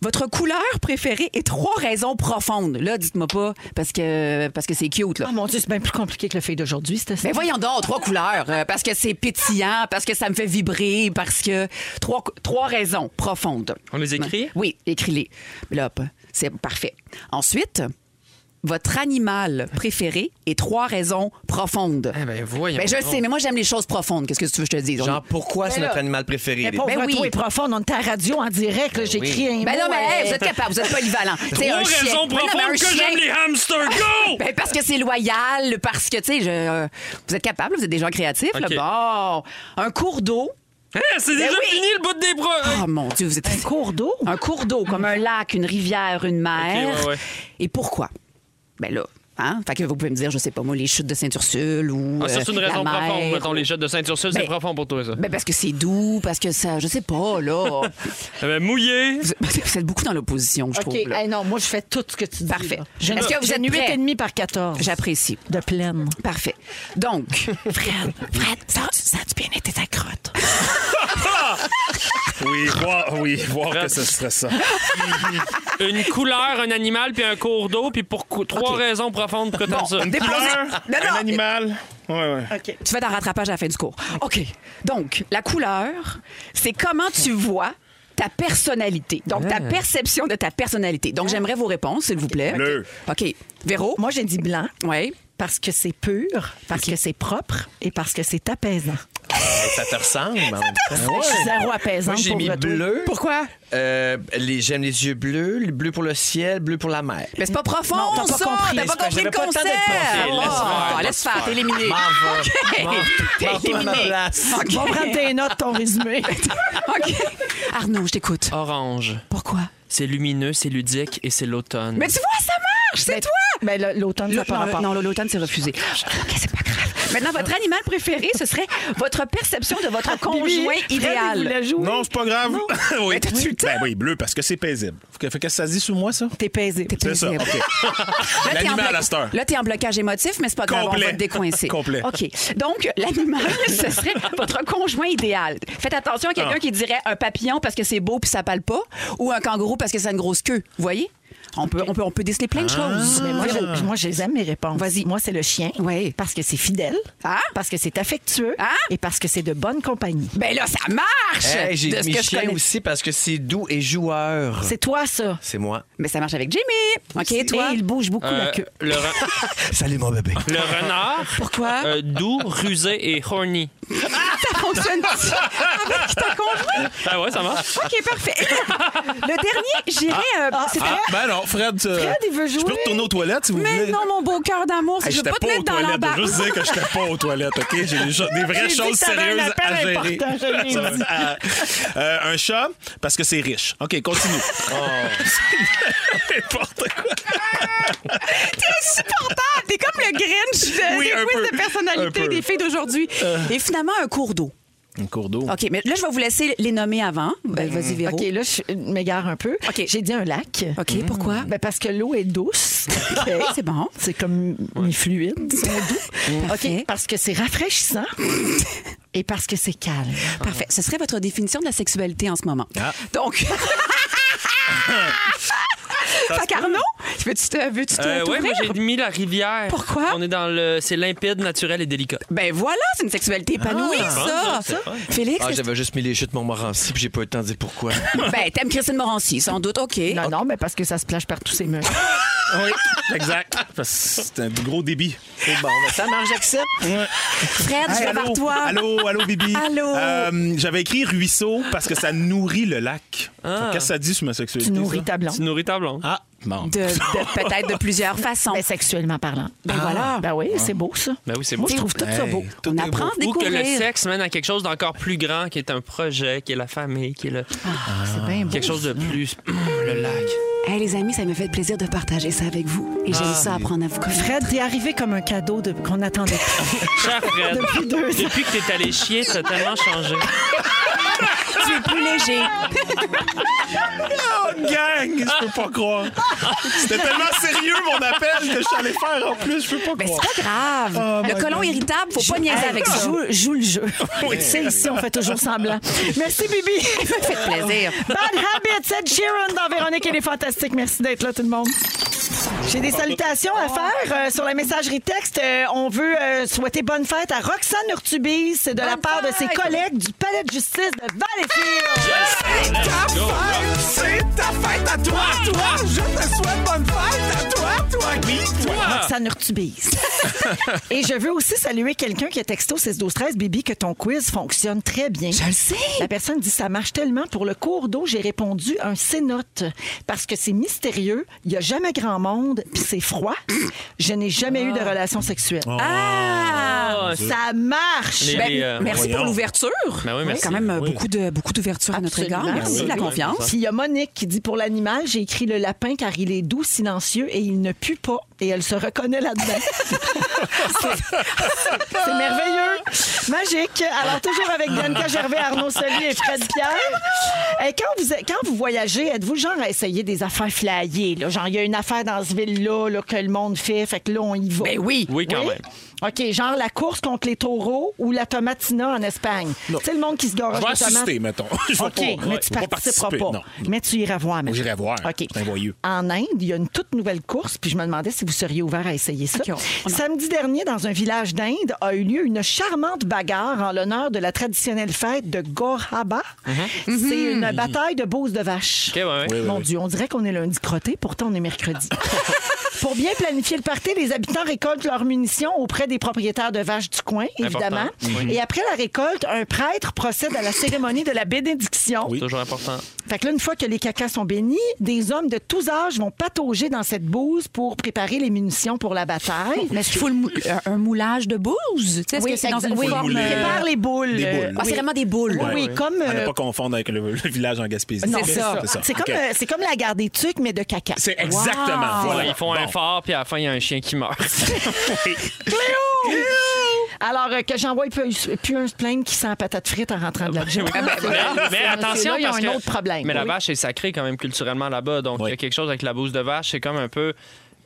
S4: Votre couleur préférée et trois raisons profondes. Là, dites-moi pas, parce que parce que c'est cute. Là.
S3: Ah mon Dieu, c'est bien plus compliqué que le fait d'aujourd'hui, c'était ça.
S4: Mais voyons donc, trois couleurs. euh, parce que c'est pétillant, parce que ça me fait vibrer, parce que... Trois, trois raisons profondes.
S5: On les écrit?
S4: Oui, écris-les. Là, c'est parfait. Ensuite, votre animal préféré et trois raisons profondes.
S5: ben voyons
S4: je le
S12: donc.
S4: sais, mais moi, j'aime les choses profondes. Qu'est-ce que tu veux que je te dise?
S12: Genre, pourquoi c'est
S4: Mais Ben
S12: notre
S4: là-
S12: animal préféré?
S4: Mais
S12: les-
S4: pauvre Ben oui. toi,
S3: Et profonde, on est à la radio en direct. là, J'écris un
S4: Ben
S3: mot,
S4: non, mais hey,
S3: euh, [LAUGHS]
S4: vous êtes capable, vous êtes polyvalent. T'sais,
S3: Trois
S4: un chien-
S3: raisons
S4: Ben non, mais
S3: profondes
S4: un
S3: que
S4: chien-
S3: j'aime les hamsters, go!
S4: Ben parce que c'est loyal, parce que, tu sais, je- euh, vous êtes capable, vous êtes des gens créatifs. là.
S5: OK.
S4: Bon, un cours d'eau.
S5: c'est déjà fini, le bout des bras!
S4: Oh mon Dieu, vous êtes. Un
S3: cours d'eau?
S4: Un cours d'eau, comme un lac, une rivière, une mer.
S5: ouais, ouais.
S4: Et pourquoi? Ben là. Hein? Fait que vous pouvez me dire, je sais pas moi, les chutes de Saint-Ursule ou.
S5: Ah, ça, c'est une
S4: euh, la
S5: raison
S4: mer.
S5: profonde. Mettons, les jets de Saint-Ursule, c'est
S4: Ben-
S5: profond pour toi, ça.
S4: Ben parce que c'est doux, parce que ça. Je sais pas,
S5: [LAUGHS]
S4: là.
S5: Euh, mouillé.
S4: Vous, vous êtes beaucoup dans l'opposition, je
S3: OK,
S4: trouve. là.
S3: hey, non, moi, je fais tout ce que tu dis. Parfait.
S4: Est-ce que vous êtes prêts?
S3: 8,5 par 14.
S4: J'apprécie.
S3: De pleine.
S4: Parfait. Donc, [LAUGHS] Fred, Fred, ça, ça a bien été ta crotte.
S2: Oui, voir, oui, voir que ce serait ça.
S5: Une couleur, un animal, puis un cours d'eau, puis pour cou- trois raisons profondes pour que t'aimes ça.
S4: Une couleur, un
S2: animal.
S17: Ah,
S4: Tu fais ton rattrapage à la fin du cours. OK. Donc, la couleur, c'est comment tu vois ta personnalité. Donc, ta
S16: Ah.
S4: perception de ta personnalité. Donc, j'aimerais vos réponses, s'il vous plaît.
S3: Bleu.
S4: OK. Véro?
S3: Moi, j'ai dit blanc.
S4: Oui.
S3: Parce que c'est pur, parce que c'est propre et parce que c'est apaisant.
S12: Eh, Ça te ressemble. en même temps.
S3: ressemble. Je suis zéro apaisante
S12: Moi, j'ai
S3: pour
S12: mis
S3: le tout.
S12: bleu.
S3: Pourquoi?
S12: Euh, les- J'aime les yeux bleus, le bleu pour le ciel, bleu pour la mer.
S4: Mais c'est pas profond,
S3: Non, t'as pas
S4: ça!
S3: compris.
S4: T'as pas
S12: C'est parce que
S4: compris le
S12: j'avais pas le temps
S4: concept!
S12: d'être profond.
S4: Oh,
S12: Laisse faire,
S4: laisse
S12: laisse
S4: faire,
S12: faire.
S4: t'es éliminé.
S12: M'en va.
S4: OK.
S12: M'en va.
S4: T'es
S12: M'en va à ma
S4: éliminé.
S12: place.
S4: OK.
S3: Va prendre tes notes, ton [LAUGHS] résumé.
S4: OK. Arnaud, je
S12: Ah,
S4: t'écoute.
S5: Orange.
S4: Pourquoi?
S5: C'est lumineux, c'est ludique et c'est l'automne.
S4: Mais tu vois, ça marche! C'est toi!
S3: Mais l'automne,
S4: ça pas Non, l'automne, c'est refusé. Maintenant, votre animal préféré, ce serait votre perception de votre conjoint idéal.
S2: Non, c'est pas grave. [LAUGHS] oui. Ben oui, bleu, parce que c'est paisible. Fait que- fait que ça se dit sous moi, ça?
S3: T'es paisible.
S2: C'est ça,
S17: [LAUGHS]
S4: paisible.
S2: OK.
S4: Là, t'es en
S2: L'animal
S4: bloc-
S2: à cette heure.
S4: Là, t'es en blocage émotif, mais c'est pas grave,
S2: Complet.
S4: on va te
S2: [LAUGHS]
S4: décoincer.
S2: Complet.
S4: OK. Donc, l'animal, [LAUGHS] ce serait votre conjoint idéal. Faites attention à quelqu'un
S16: Ah.
S4: qui dirait un papillon parce que c'est beau puis ça parle pas, ou un kangourou parce que ça a une grosse queue. Vous voyez? On peut, on peut, on peut déceler plein de
S2: Ah.
S4: choses.
S3: Mais moi, je, moi, je les aime, mes réponses. Vas-y. Moi, c'est le chien.
S4: Oui.
S3: Parce que c'est fidèle. Parce que c'est affectueux. Et parce que c'est de bonne compagnie.
S4: Ben là, ça marche!
S12: Eh,
S4: de
S12: j'ai
S4: ce
S12: mis
S4: que je
S12: chien
S4: connais.
S12: aussi parce que c'est doux et joueur.
S3: C'est toi, ça.
S12: C'est moi.
S4: Mais ça marche avec Jimmy. OK, toi?
S3: il bouge beaucoup
S5: Euh, le, re-
S18: [LAUGHS]
S12: Salut mon bébé.
S5: le renard.
S4: Pourquoi?
S5: Euh, doux, rusé et horny.
S4: Ça
S17: fonctionne-tu [LAUGHS] avec ta conjointe?
S5: Ah ouais, ça marche.
S17: OK, parfait. Le dernier, j'irai... euh,
S2: Ah,
S17: c'était-
S2: ah, ben non, Fred, euh,
S17: Fred, il veut
S2: Je peux
S17: jouer.
S2: retourner aux toilettes si vous
S17: Mais
S2: voulez.
S17: non, mon beau cœur d'amour,
S2: Hey,
S17: je veux
S2: j'étais
S17: pas te
S2: pas aux
S17: mettre dans
S2: toilettes. Je veux
S17: l'embarras.
S2: juste dire que j'étais pas aux toilettes, OK? J'ai des, cho- des
S17: J'ai
S2: vraies
S17: dit
S2: choses
S17: que t'avais un
S2: sérieuses
S17: appel
S2: à gérer.
S17: important, je l'ai dit.
S2: Ah, [LAUGHS] euh, un chat, parce que c'est riche. OK, continue. N'importe quoi.
S17: T'es insupportable! Ah, T'es comme le Grinch de-
S2: Oui, un
S17: des quiz
S2: peu.
S17: de
S2: Un
S17: personnalité
S2: peu. Euh.
S17: des filles d'aujourd'hui. Et finalement, un cours d'eau.
S2: Un cours d'eau.
S4: OK, mais là, je vais vous laisser les nommer avant. Ben, Vas-y, Véro.
S3: OK, là, je m'égare un peu. J'ai dit un lac.
S4: OK,
S2: Mm. [LAUGHS]
S4: Ah. pourquoi?
S3: Ben, parce que l'eau est douce.
S17: Ben,
S4: c'est bon.
S3: [LAUGHS] C'est comme mi-fluide. c'est doux. OK, parce que c'est rafraîchissant et parce que c'est calme.
S4: Parfait. Ce serait votre définition de la sexualité en ce moment.
S2: Ah. [LAUGHS]
S4: Donc. fait qu'Arnaud, veux-tu te- veux-tu te.
S5: Euh, ouais,
S4: t'ouvrir?
S5: moi j'ai mis la rivière.
S4: Pourquoi?
S5: On est dans le. C'est limpide, naturel et délicat.
S4: Ben voilà, c'est une sexualité épanouie,
S5: Ah, c'est
S4: ça.
S5: bon, ça, c'est bon.
S4: Félix,
S18: Ah,
S4: est-ce-
S18: j'avais juste mis les chutes Montmorency, puis j'ai pas eu le temps de dire pourquoi.
S4: ben, t'aimes Christine Morancy, sans doute, OK.
S3: Non, non, mais parce que ça se plage par tous ses murs.
S2: Oui, exact. Parce que c'est un gros débit. C'est Oh, bon,
S3: ça marche, j'accepte.
S4: [LAUGHS] Fred, je
S2: Hey,
S4: vais
S2: allô,
S4: vers toi.
S2: Allô, allô, Bibi.
S4: Allô.
S2: Euh, J'avais écrit ruisseau parce que ça nourrit le lac.
S5: Ah.
S2: Qu'est-ce que ça dit sur ma sexualité? ça?
S5: Tu nourris ta blonde.
S2: Ah, bon.
S4: De- de- Peut-être de plusieurs façons.
S3: Mais sexuellement parlant.
S4: Ben voilà.
S3: Ben oui, c'est beau, ça.
S5: Ben oui, c'est
S3: Moi,
S5: beau.
S3: je trouve tout ça beau.
S2: Hey,
S4: On apprend à
S5: Ou que le
S4: découvrir.
S5: sexe mène à quelque chose d'encore plus grand, qui est un projet, qui est la famille, qui est le...
S3: Ah, C'est bien beau.
S5: quelque chose de plus. [CLEARS THROAT] le lac.
S4: Hey, les amis, ça me fait plaisir de partager ça avec vous. Et j'aime ça apprendre à vous connaître.
S3: Fred, t'es arrivé comme un cadeau de... qu'on attendait. [LAUGHS]
S5: Cher Fred,
S3: Depuis deux ans.
S5: depuis que t'es allé chier, t'as tellement changé.
S4: tu es plus léger.
S2: Oh, gang! Je peux pas croire. C'était tellement sérieux, mon appel, que je suis allé faire en plus. Je peux pas
S4: Ben,
S2: croire.
S4: c'est pas grave.
S2: Oh
S4: le
S2: my
S4: colon
S2: God.
S4: irritable, faut pas niaiser avec ça.
S3: Joue, joue le jeu. C'est ici, on fait toujours semblant. Merci, Bibi.
S4: Ça fait plaisir.
S3: Bad Habits, Ed Sheeran dans Véronique et les Fantastiques. Merci d'être là, tout le monde. J'ai des salutations à faire euh, sur la messagerie texte. Euh, on veut euh, souhaiter bonne fête à Roxane Urtubis de la part de ses collègues du Palais de justice de Valleyfield.
S19: C'est ta fête à toi, toi. Je te souhaite bonne fête à toi, toi, qui,
S4: Ah!
S3: Roxane Urtubis.
S4: [LAUGHS]
S3: et je veux aussi saluer quelqu'un qui a texto 612-13. Bibi, que ton quiz fonctionne très bien.
S4: Je le sais.
S3: La personne dit ça marche tellement pour le cours d'eau, j'ai répondu un cénote parce que c'est mystérieux, il y a jamais grand monde, puis c'est froid. Je n'ai
S4: Ah!
S3: jamais eu de relation sexuelle.
S5: Ah!
S3: Ça marche.
S5: Les-
S4: Ben,
S5: les, euh,
S4: merci pour
S2: voyons.
S4: l'ouverture.
S5: Ben oui,
S4: Il y a
S5: merci.
S4: quand même euh, beaucoup de beaucoup d'ouverture à notre égard.
S3: Absolument.
S4: Merci
S3: Ben
S4: de
S3: oui,
S4: la
S5: oui,
S4: confiance.
S3: Puis il y a Monique qui dit pour l'animal, j'ai écrit le lapin car il est doux, silencieux et il ne pue pas. Et elle se reconnaît là-dedans. C'est- C'est merveilleux. Magique. Alors, toujours avec Bianca Gervais, Arnaud Soli et Fred Pierre. Et quand vous, quand vous voyagez, êtes-vous genre à essayer des affaires flyées? là? Genre, il y a une affaire dans ce ville-là là, que le monde fait, fait que là, on y va.
S4: Ben oui.
S5: Oui, quand même.
S3: OK, genre la course contre les taureaux ou la tomatina en Espagne. C'est le monde qui se
S2: Je
S3: gorge
S2: vais
S3: de tomates.
S2: assister, mettons. [LAUGHS] Je vais
S3: OK,
S2: pas-
S3: mais tu
S2: je vais
S3: participeras
S2: participer,
S3: pas.
S2: non.
S3: Mais tu iras voir. maintenant.
S2: J'irai voir.
S3: OK.
S2: C'est un voyeux.
S3: En Inde, il y a une toute nouvelle course, puis je me demandais si vous seriez ouvert à essayer ça.
S4: OK, on- on-
S3: Samedi dernier, dans un village d'Inde, a eu lieu une charmante bagarre en l'honneur de la traditionnelle fête de Gorhaba. C'est une bataille de bouses de vache.
S5: Uh-huh. Mhm. OK, ouais, ouais.
S2: Oui, oui,
S3: Mon
S2: oui.
S3: Dieu, on dirait qu'on est lundi crotté, pourtant on est mercredi.
S5: [LAUGHS]
S3: Pour bien planifier le party, les habitants récoltent leurs munitions auprès des propriétaires de vaches du coin, évidemment.
S5: Important. Oui.
S3: Et après la récolte, un prêtre procède à la cérémonie de la bénédiction.
S5: Toujours important.
S3: Fait que là, une fois que les cacas sont bénis, des hommes de tous âges vont patauger dans cette bouse pour préparer les munitions pour la
S5: [LAUGHS]
S3: bataille.
S4: Mais est-ce qu'il faut le mou- euh, un- un moulage de bouse? Tu sais, Est-ce que c'est dans
S3: exact-
S4: une
S3: oui,
S4: forme...
S5: Euh,
S4: euh,
S3: on prépare les boules.
S2: Des boules.
S4: Ah, c'est vraiment des boules.
S3: Oui, oui, comme.
S2: À ne
S3: euh,
S2: pas confondre avec le, le village en Gaspésie.
S3: non,
S2: OK,
S3: c'est ça. C'est
S2: OK.
S3: comme, euh, c'est comme la gare des tucs, mais de caca.
S2: C'est
S3: Ah,
S2: exactement. Voilà.
S5: Ils font un
S2: Bon.
S5: fort, puis à la fin, il y a un chien
S3: [LAUGHS]
S5: qui meurt.
S3: Alors euh, que j'envoie plus, plus un spleen qui sent la patate frite en rentrant
S5: [LAUGHS]
S3: de la gym.
S5: Ah, ben, mais mais attention,
S3: il y a
S5: parce
S3: un
S5: que-
S3: autre problème.
S5: Mais la
S3: Oui.
S5: vache est sacrée quand même culturellement là-bas. Donc, il y
S2: Oui.
S5: a quelque chose avec la bouse de vache, c'est comme un peu.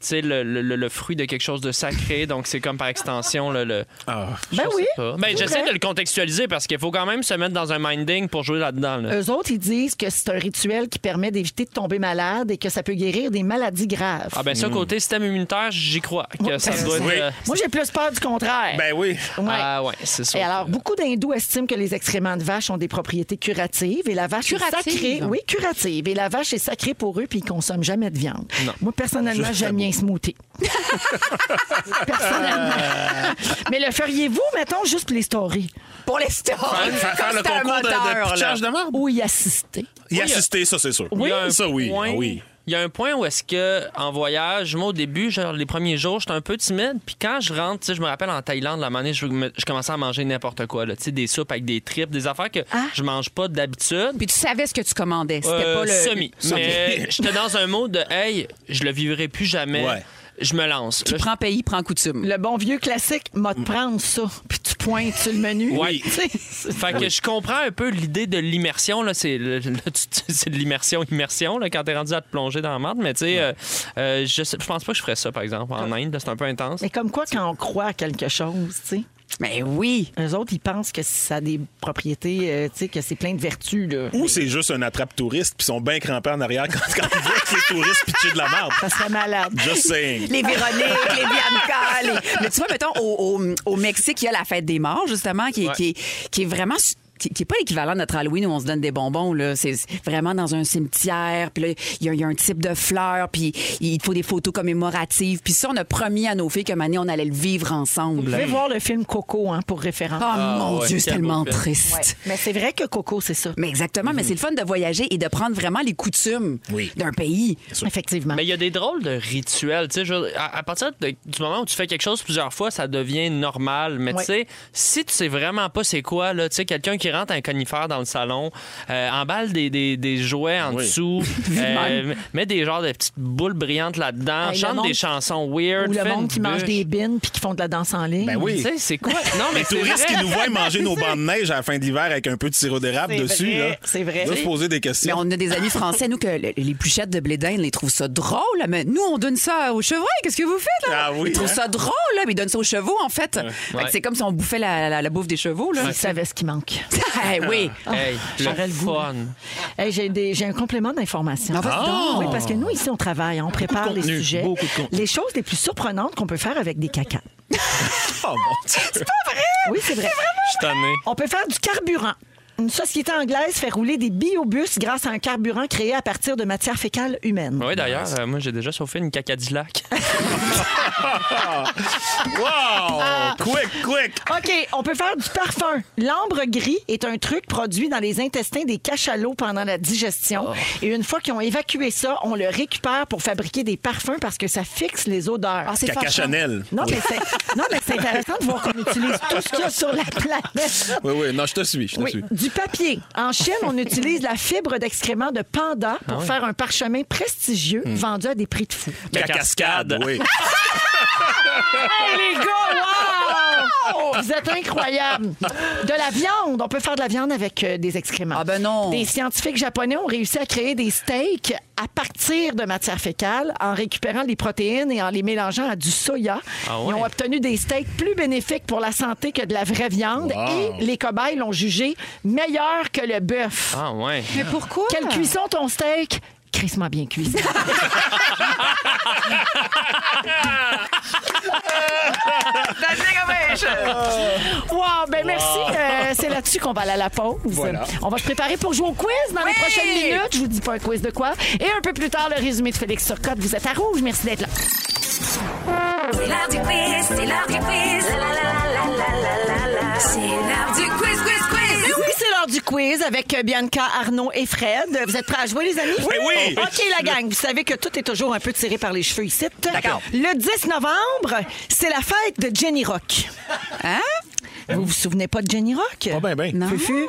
S5: Tu sais, le, le- le- le fruit de quelque chose de sacré, donc c'est comme par extension le. le-
S2: Ah.
S3: Ben
S5: je
S3: oui.
S5: sais pas. Ben, j'essaie de le contextualiser parce qu'il faut quand même se mettre dans un minding pour jouer là-dedans. là.
S3: Eux autres, ils disent que c'est un rituel qui permet d'éviter de tomber malade et que ça peut guérir des maladies graves.
S5: Ah,
S2: Hmm.
S5: ben ça, côté système immunitaire, j'y crois. Que ça doit être.
S2: Oui.
S5: euh,
S3: Moi, j'ai plus peur du contraire.
S2: Ben oui.
S3: Ouais.
S5: Ah, ouais, c'est sûr.
S3: Et alors, beaucoup d'hindous estiment que les excréments de vache ont des propriétés curatives et la vache
S4: Curatives?
S3: est sacrée. Oui, curatives. Et la vache est sacrée pour eux puis ils consomment jamais de viande. Moi, personnellement,
S2: Juste
S3: j'aime bien smoothie. [LAUGHS]
S5: [LAUGHS]
S3: Personnellement. Mais le feriez-vous, mettons, juste pour les stories?
S4: Pour les stories.
S2: Faire- faire le
S4: Comme c'est un
S2: concours de- de
S4: moteur,
S2: pitchage
S4: là.
S2: de marde?
S3: Oui, euh, assister.
S2: Y assister, ça, c'est sûr.
S5: Il y a un
S2: Ça, oui.
S5: point-
S2: Ah oui.
S5: Il y a un point où est-ce que en voyage, moi au début, genre les premiers jours, j'étais un peu timide, puis quand je rentre, tu sais, je me rappelle en Thaïlande la manée, je, me- je commençais à manger n'importe quoi, là, tu sais, des soupes avec des tripes, des affaires que je mange pas d'habitude.
S4: Puis tu savais ce que tu commandais. C'était
S5: Euh,
S4: pas le.
S5: semi.
S4: Semi.
S5: Mais j'étais dans un mode de hey, je le vivrai plus jamais.
S4: Ouais.
S5: Je me lance. Là,
S4: Prends pays, prends coutume.
S3: Le bon vieux classique, m'a de prendre ça, puis tu pointes sur le menu.
S5: Oui.
S3: [LAUGHS] Tu sais,
S5: Fait que je comprends un peu l'idée de l'immersion. là. C'est le- [LAUGHS] le- tu- c'est de l'immersion, immersion, là, quand t'es rendu à te plonger dans la marde. Mais tu sais, euh, euh, je, sais- je pense pas que je ferais ça, par exemple, en Inde. là, C'est un peu intense.
S3: Mais comme quoi, quand on croit à quelque chose, tu sais.
S4: Mais oui.
S3: Eux autres, ils pensent que ça a des propriétés, euh, tu sais, que c'est plein de vertus, là.
S2: Ou c'est juste un attrape-touriste, puis ils sont bien crampés en arrière [LAUGHS] quand, quand ils voient que les touristes pitchent de la marde.
S3: Ça serait malade.
S2: Just saying.
S4: Les Véroniques, les Bianca. les- Mais tu vois, mettons, au, au- au Mexique, il y a la fête des morts, justement, qui, est-
S5: Ouais.
S4: qui, est, qui est vraiment. su- Qui qui est pas l'équivalent de notre Halloween où on se donne des bonbons. là. C'est vraiment dans un cimetière. Puis là, il y, a- il y a un type de fleur. Puis il faut des photos commémoratives. Puis ça, on a promis à nos filles que année, on allait le vivre ensemble.
S3: Vous pouvez voir le film Coco hein, pour référence.
S4: Oh mon Dieu, c'est tellement triste.
S3: Mais c'est vrai que Coco, c'est ça.
S4: Mais exactement, mais c'est le fun de voyager et de prendre vraiment les coutumes d'un pays.
S3: Effectivement.
S5: Mais il y a des drôles de rituels. tu sais, je veux dire, à, à partir de- du moment où tu fais quelque chose plusieurs fois, ça devient normal. Mais
S3: Ouais.
S5: tu sais, si tu sais vraiment pas c'est quoi, là, tu sais, quelqu'un qui rentre un conifère dans le salon, euh, emballe des, des- des jouets en dessous, euh, met des genres de petites boules brillantes là-dedans,
S3: Hey, le
S5: chante
S3: monde-
S5: des chansons weird.
S3: Ou le
S5: fait
S3: monde
S5: une
S3: qui mange
S5: bûche.
S3: des bines puis qui font de la danse en ligne.
S2: Ben oui.
S5: Tu sais, c'est quoi? Non, mais
S2: les
S5: c'est
S2: touristes
S5: vrai.
S2: qui nous voient manger nos bandes
S3: [LAUGHS]
S2: de neige à la fin d'hiver avec un peu de sirop d'érable
S3: C'est
S2: dessus,
S3: vrai,
S2: là.
S3: c'est vrai.
S2: On doit se poser des
S4: Mais
S2: questions.
S4: on a des amis français, nous, que le- les pluchettes de blé d'Inde, ils trouvent ça drôle. Mais nous, on donne ça aux chevreuils. Qu'est-ce que vous faites, là?
S2: Ah oui,
S4: ils trouvent
S2: hein?
S4: ça drôle, là, mais ils donnent ça aux chevaux, en fait. Fait que
S5: ouais.
S4: C'est comme si on bouffait la, la- la bouffe des chevaux, là.
S3: Ils savaient ce qui manque.
S4: [LAUGHS] Eh oui.
S5: Hey,
S20: Ah,
S3: j'aurais
S5: le fun.
S3: Hey, j'ai, des- j'ai un complément d'information.
S4: Ah, vas-y donc.
S3: Oui, parce que nous, ici, on travaille, on prépare
S2: de
S3: les
S2: contenu,
S3: sujets.
S2: beaucoup de contenu.
S3: Les choses les plus surprenantes qu'on peut faire avec des cacas.
S2: Oh, mon Dieu.
S3: Oui, c'est vrai.
S5: Je suis tanné.
S3: On peut faire du carburant. Une société anglaise fait rouler des biobus grâce à un carburant créé à partir de matières fécales humaines.
S5: Oui, d'ailleurs, euh, moi, j'ai déjà chauffé
S2: [LAUGHS]
S5: une cacadillac.
S2: Wow!
S3: Ah!
S2: Quick, quick!
S3: OK, on peut faire du parfum. L'ambre gris est un truc produit dans les intestins des cachalots pendant la digestion. Et une fois qu'ils ont évacué ça, on le récupère pour fabriquer des parfums parce que ça fixe les odeurs.
S4: Ah, c'est
S2: Caca
S4: fâchant.
S2: Chanel.
S3: Non, mais c'est, non, mais c'est intéressant de voir qu'on utilise tout ce qu'il y a sur la planète.
S2: Oui, oui, non, je te suis, je te
S3: Oui,
S2: suis.
S3: du papier. En Chine, on utilise la fibre d'excrément de panda
S2: Ah
S3: pour faire un parchemin prestigieux
S2: Hmm.
S3: vendu à des prix de fou.
S2: La cascade, oui.
S3: Hey, les gars, wow! Vous êtes incroyables. De la viande, on peut faire de la viande avec euh, des excréments.
S4: Ah ben non.
S3: Des scientifiques japonais ont réussi à créer des steaks à partir de matière fécale en récupérant les protéines et en les mélangeant à du soya.
S5: Ah
S3: Ils
S5: ouais.
S3: ont obtenu des steaks plus bénéfiques pour la santé que de la vraie viande
S2: Wow.
S3: et les cobayes l'ont jugé meilleur que le bœuf.
S5: Ah, ouais.
S4: Mais pourquoi?
S3: Quelle cuisson ton steak? Crissement bien cuit. Wow, ben merci. Euh, c'est là-dessus qu'on va aller à la pause. On va se préparer pour jouer au quiz dans les prochaines minutes. Je vous dis pas un quiz de quoi. Et un peu plus tard, le résumé de Félix Turcotte. Vous êtes à rouge. Merci d'être là.
S9: C'est l'heure du quiz, c'est l'heure du quiz. La, la, la, la, la, la, la, la. C'est l'heure du quiz, quiz, quiz.
S3: Et oui, c'est l'heure du quiz avec Bianca, Arnaud et Fred. Vous êtes prêts à jouer, les amis?
S2: Oui, oui.
S3: OK, la gang. Vous savez que tout est toujours un peu tiré par les cheveux ici. D'accord. Le 10 novembre, c'est la fête de Jenny Rock.
S4: Hein?
S3: Vous vous souvenez pas de Jenny Rock?
S2: Pas ben, ben.
S4: Non.
S3: Fufu?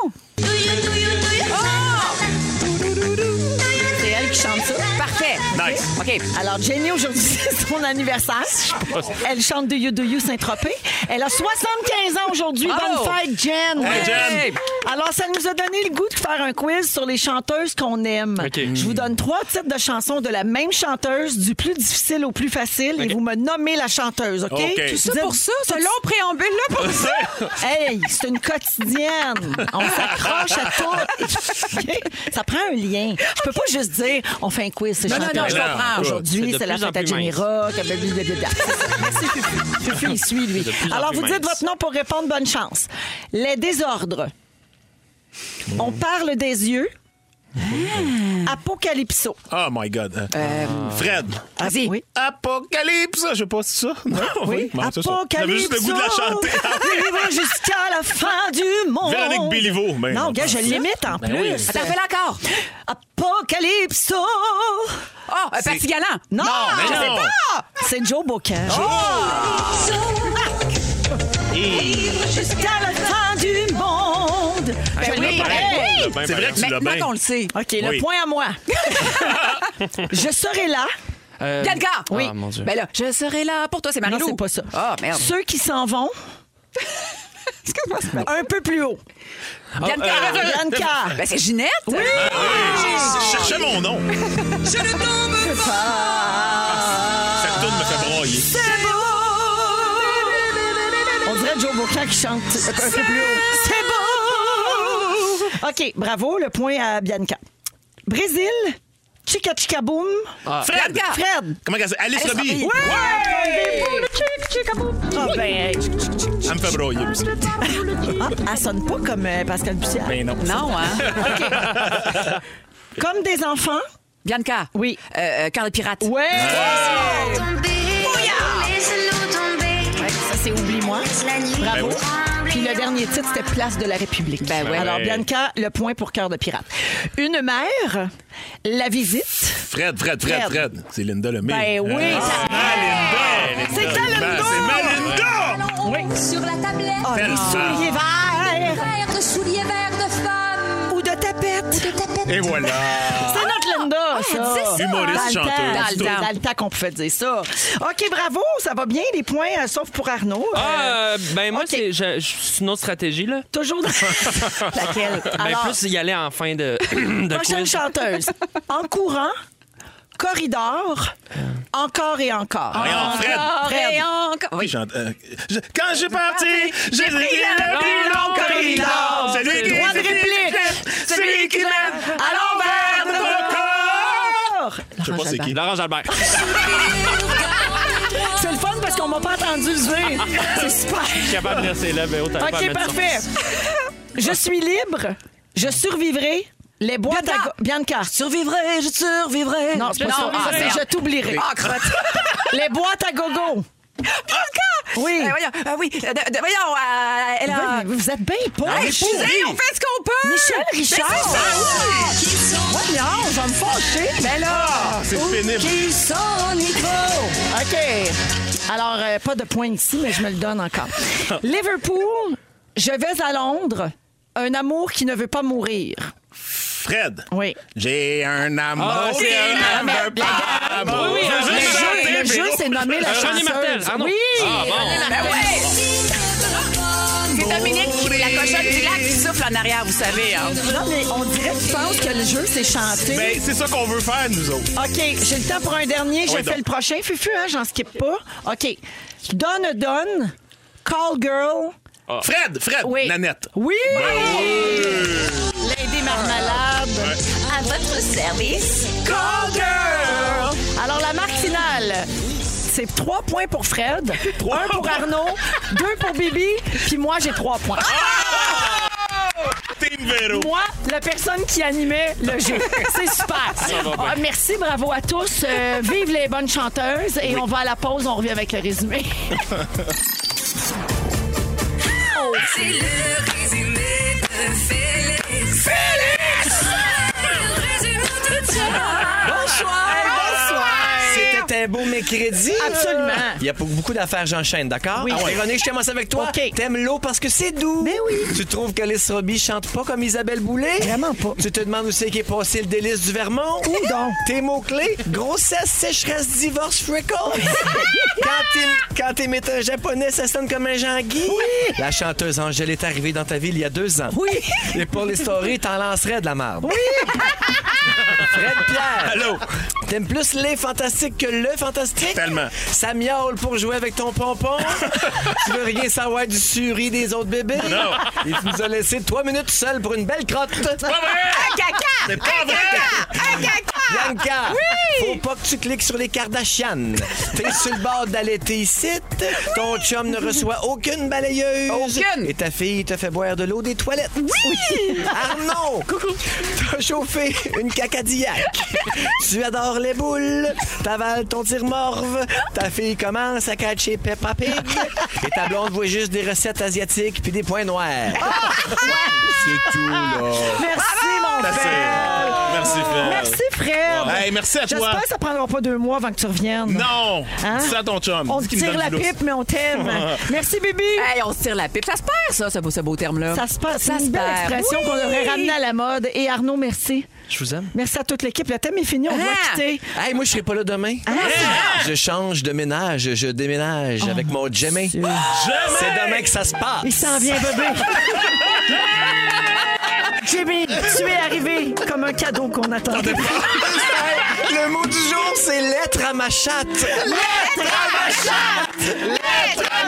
S3: C'est elle qui chante ça.
S4: Parfait.
S2: Nice.
S4: OK.
S3: Alors, Jenny, aujourd'hui, [LAUGHS] c'est son anniversaire. Elle chante Do You Do You Saint-Tropez. Elle a 75 ans aujourd'hui.
S4: Bravo.
S3: Bonne fête, Jen.
S2: Hey, Jen.
S3: [LAUGHS] Alors, ça nous a donné le goût de faire un quiz sur les chanteuses qu'on aime.
S5: OK.
S3: Je vous donne trois titres de chansons de la même chanteuse, du plus difficile au plus facile, et vous me nommez la chanteuse, OK?
S2: OK. Tout
S4: Ça
S3: Dites-
S4: pour ça, ce long préambule là pour ça.
S3: Hey, c'est une quotidienne. On s'accroche à tout. OK? Ça prend un lien. Je peux pas juste dire on fait un quiz, c'est
S4: Non, non, non, je
S2: Non,
S4: comprends.
S5: C'est
S3: Aujourd'hui,
S5: de
S3: c'est la
S5: plus en
S3: fête à
S5: plus
S3: Jenny
S5: mince.
S3: Rock.
S20: [LAUGHS]
S3: blablabla. Merci, Fufu. Fufu, il suit, lui.
S5: de plus en
S3: Alors,
S5: plus
S3: vous dites
S5: mince.
S3: votre nom pour répondre.
S2: Mm.
S3: Bonne chance. Les désordres. On parle des yeux.
S2: Ah.
S20: Apocalypso.
S2: Oh my God.
S20: Euh,
S2: Fred.
S20: Vas-y. Oui.
S2: Apocalypse. Je sais pas si c'est ça. Non,
S20: Oui. Ah,
S2: Bon, c'est ça. J'avais
S20: Apocalypso.
S2: juste le goût de la
S20: [LAUGHS]
S2: chanter. [LAUGHS]
S20: Vivre jusqu'à la fin du monde.
S2: Véronique Béliveau. Ben,
S20: non,
S2: non,
S20: gars, je
S2: ça.
S20: l'imite en
S2: Ben
S20: plus.
S2: oui.
S4: Attends, fais-la encore.
S20: Apocalypso.
S4: Ah, oh, Patti Galant.
S20: Non,
S2: mais
S20: je
S2: Ah, non.
S20: sais pas. C'est Joe Bocan. Oh! Jusqu'à la fin du monde.
S2: Ben
S20: Je
S2: oui,
S20: l'ai
S2: ben
S20: pareil.
S2: oui. C'est vrai que tu l'as
S20: Maintenant
S2: bien.
S20: qu'on le sait. OK, le
S2: Oui.
S20: point à moi. je serai là.
S5: Euh,
S4: Bianca!
S5: Ah, mon Dieu.
S4: Ben là, je serai là pour toi, c'est
S20: Non,
S4: Marie-Lou.
S20: c'est pas ça.
S4: Ah, merde.
S20: Ceux qui s'en vont. Un peu plus haut.
S4: Bianca!
S20: euh, Bianca. [LAUGHS]
S4: Ben c'est Ginette! Oui!
S2: Je cherchais mon nom.
S4: Je ne tombe pas!
S2: Cette tourne me fait broyer.
S20: On dirait Joe Bocan qui chante un peu plus haut. C'est beau! OK, bravo, le point à Bianca. Brésil, chica chica boom.
S2: Fred.
S20: Fred.
S2: Comment elle s'appelle? Alice
S20: Alice
S2: Robbie.
S20: Robbie.
S2: Ouais!
S20: Ah, ben,
S2: Elle me fait broyer aussi.
S20: ah, elle sonne pas comme euh, Pascal Bussière.
S2: Ben non.
S4: Non, hein?
S2: [LAUGHS]
S20: Comme des enfants.
S4: Bianca!
S20: Oui.
S4: Euh, euh, Carl le Pirate.
S20: Ouais!
S9: Laissez-nous tomber.
S20: Ça, c'est Oublie-moi. Bravo.
S2: Ben
S20: Puis le dernier titre, c'était Place de la République.
S4: Ben ouais.
S20: Alors,
S2: Ouais.
S20: Bianca, le point pour Cœur de Pirate. Une mère, la visite.
S2: Fred, Fred, Fred,
S20: Fred.
S2: Fred. C'est Linda Lemay.
S20: Ben oui,
S2: Ah,
S20: ça-
S2: Malinda!
S20: C'est Malinda!
S2: Ben, C'est Malinda!
S9: Sur la tablette,
S20: Oh, les
S2: Tellement.
S20: souliers verts
S9: verre de souliers verts de femme.
S20: ou de tapettes.
S9: De tapette.
S2: Et voilà.
S20: C'est notre Linda, Ah, ça.
S2: ça, Humoriste,
S20: Dans le temps.
S2: chanteuse,
S20: Dans le
S2: tout.
S20: temps. Dans le temps qu'on pouvait dire ça. OK, bravo, ça va bien, les points, euh, sauf pour Arnaud. Euh,
S5: Ah, euh, ben moi,
S20: OK.
S5: c'est- je- je- c'est une autre stratégie, là.
S20: Toujours dans laquelle.
S5: Ben
S20: Alors,
S5: plus y aller en fin de, [CLEARS THROAT] de
S20: prochaine
S5: quiz.
S20: chanteuse. En courant, corridor, encore et encore.
S2: Voyons, Fred.
S20: Fred.
S4: Et encore.
S2: Qui chante, euh, je- quand j'ai parti, j'ai pris le plus long
S20: corridor.
S2: corridor. Celui qui
S20: Droit de
S2: celui qui
S20: réplique.
S2: fait, Celui qui mène à l'envers de mon corps. Je sais pas c'est qui.
S5: Laurent
S20: [LAUGHS]
S5: Jalbert.
S20: C'est le fun parce qu'on m'a pas entendu le dire. C'est super.
S5: capable de rester là, mais autant pas
S20: OK,
S5: mettre ça.
S20: parfait. Je suis libre. Je survivrai. Les boîtes à... go- Bianca.
S4: Survivrai, je survivrai.
S20: Non, c'est pas
S4: Non,
S20: ça.
S4: ah,
S20: Ça,
S4: merde.
S20: c'est je t'oublierai.
S4: Ah, crotte.
S20: [LAUGHS] Les boîtes à gogo. Ah,
S4: Bianca!
S20: Oui. Ah,
S4: Euh, voyons, euh, oui. euh, de- de- voyons, euh, elle a.
S20: Vous vous êtes bien pauvres.
S4: Hey, je suis- on fait ce qu'on peut!
S20: Michel Richard.
S4: Ben, c'est ça.
S20: Voyons, je vais me fâcher. Mais là...
S2: Ah, c'est pénible.
S20: Qui sont Nico? OK. Alors, euh, pas de point ici, mais je me le donne encore. Liverpool, je vais à Londres. Un amour qui ne veut pas mourir.
S2: Fred.
S20: Oui.
S2: J'ai un amour
S5: Ah,
S2: qui
S5: c'est un-
S2: ne veut pas mourir.
S5: oui,
S2: Je veux
S5: le
S2: juste
S5: jeu,
S2: chanter,
S20: Le
S2: mais
S20: jeu, c'est nommer la
S5: Euh, René Martel,
S20: chanteuse.
S5: ah non.
S20: Oui!
S5: Ah, bon.
S4: C'est Dominique, qui- la cochonne du lac, qui souffle en arrière, vous savez. hein.
S20: Non, mais on dirait que tu penses que le jeu, c'est chanter.
S2: Ben, c'est ça qu'on veut faire, nous autres.
S20: OK, j'ai le temps pour un dernier. Je
S2: Oui,
S20: fais
S2: donc.
S20: le prochain. Fufu, hein, j'en skip pas. OK. Donne, donne. Call girl.
S2: Fred, Fred,
S20: Oui.
S2: Nanette.
S20: Oui!
S3: Lady Marmalade. À votre service.
S20: Alors, la marque finale, c'est 3 points pour Fred, 1 pour Arnaud, 2 pour Bibi, puis moi, j'ai 3 points.
S2: Ah! Team Véro.
S20: Moi, la personne qui animait le jeu. C'est super. Ah, merci, bravo à tous. Euh, vive les bonnes chanteuses. Et on va à la pause, on revient avec le résumé.
S9: C'est le résumé de Félix. Félix! Le résumé de tout
S19: C'était un beau mercredi.
S20: Absolument.
S19: Il y a pour- beaucoup d'affaires, j'enchaîne, d'accord?
S20: Oui.
S19: Ah ouais. Véronique, je commence avec toi.
S20: OK.
S19: T'aimes l'eau parce que c'est doux.
S20: Ben oui.
S19: Tu trouves qu'Alice Robbie chante pas comme Isabelle Boulay?
S20: Vraiment pas.
S19: Tu te demandes où c'est qu'est passé le délice du Vermont?
S20: Où donc?
S19: Tes mots-clés? Grossesse, sécheresse, divorce,
S20: [LAUGHS]
S19: freckles. quand t'im- quand t'imites un japonais, ça sonne comme un Jean-Guy. Oui. La chanteuse Angèle est arrivée dans ta vie il y a deux ans.
S20: Oui.
S19: Et pour les stories, t'en lancerais de la merde. Oui. [LAUGHS] Fred Pierre.
S2: Allô?
S19: T'aimes plus les fantastiques que le fantastique?
S2: Tellement.
S19: Ça miaule pour jouer avec ton
S2: [LAUGHS]
S19: pompon. tu veux rien savoir du suri des autres bébés?
S2: Non.
S19: Il nous a laissé trois minutes seul pour une belle crotte.
S2: Pas vrai!
S4: Caca!
S2: C'est pas vrai!
S4: Caca!
S19: Hier, Bianca!
S21: Oui!
S19: Faut pas que tu cliques sur les Kardashian. T'es sur le bord d'allaiter ici. Ton chum ne reçoit aucune balayeuse. Aucune! Et ta fille te fait boire de l'eau des toilettes. Oui! Arnaud! Coucou! T'as chauffé une cacadillac. tu adores les boules. T'avales ton tire-morve. Ta fille commence à catcher Peppa Pig. Et ta blonde voit juste des recettes asiatiques puis des points noirs.
S2: C'est tout, là.
S3: Merci, mon
S2: Merci. Merci, Fred.
S3: Merci, Fred.
S2: Hey, merci à toi.
S3: J'espère que ça prendra pas deux mois avant que tu reviennes.
S2: Non!
S3: Hein?
S2: Dis ça à ton chum.
S3: On
S2: Dis
S3: te
S2: qu'il me
S3: tire
S2: donne
S3: la
S2: du lousse.
S3: pipe, mais
S2: [LAUGHS]
S3: on t'aime. Merci, Bibi.
S4: Hey, on se tire la pipe. Ça se perd, ça, ce beau, ce beau terme-là.
S3: Ça se passe. C'est
S4: Ça se
S3: une belle
S4: perd.
S3: expression
S4: Oui.
S3: qu'on devrait ramener à la mode. Et Arnaud, merci.
S19: Je vous aime.
S3: Merci à toute l'équipe. Le thème est fini. On doit
S4: Ah!
S3: quitter.
S19: Hey, moi, je serai pas là demain. Je change de ménage, je déménage avec Oh, mon Jemmy. C'est demain que ça se passe.
S3: Il s'en vient,
S4: [LAUGHS]
S3: bébé. Jimmy, tu es arrivé comme un cadeau qu'on attendait.
S19: [LAUGHS] Le mot du jour, c'est lettre à ma chatte. Lettre à ma chatte. Lettre à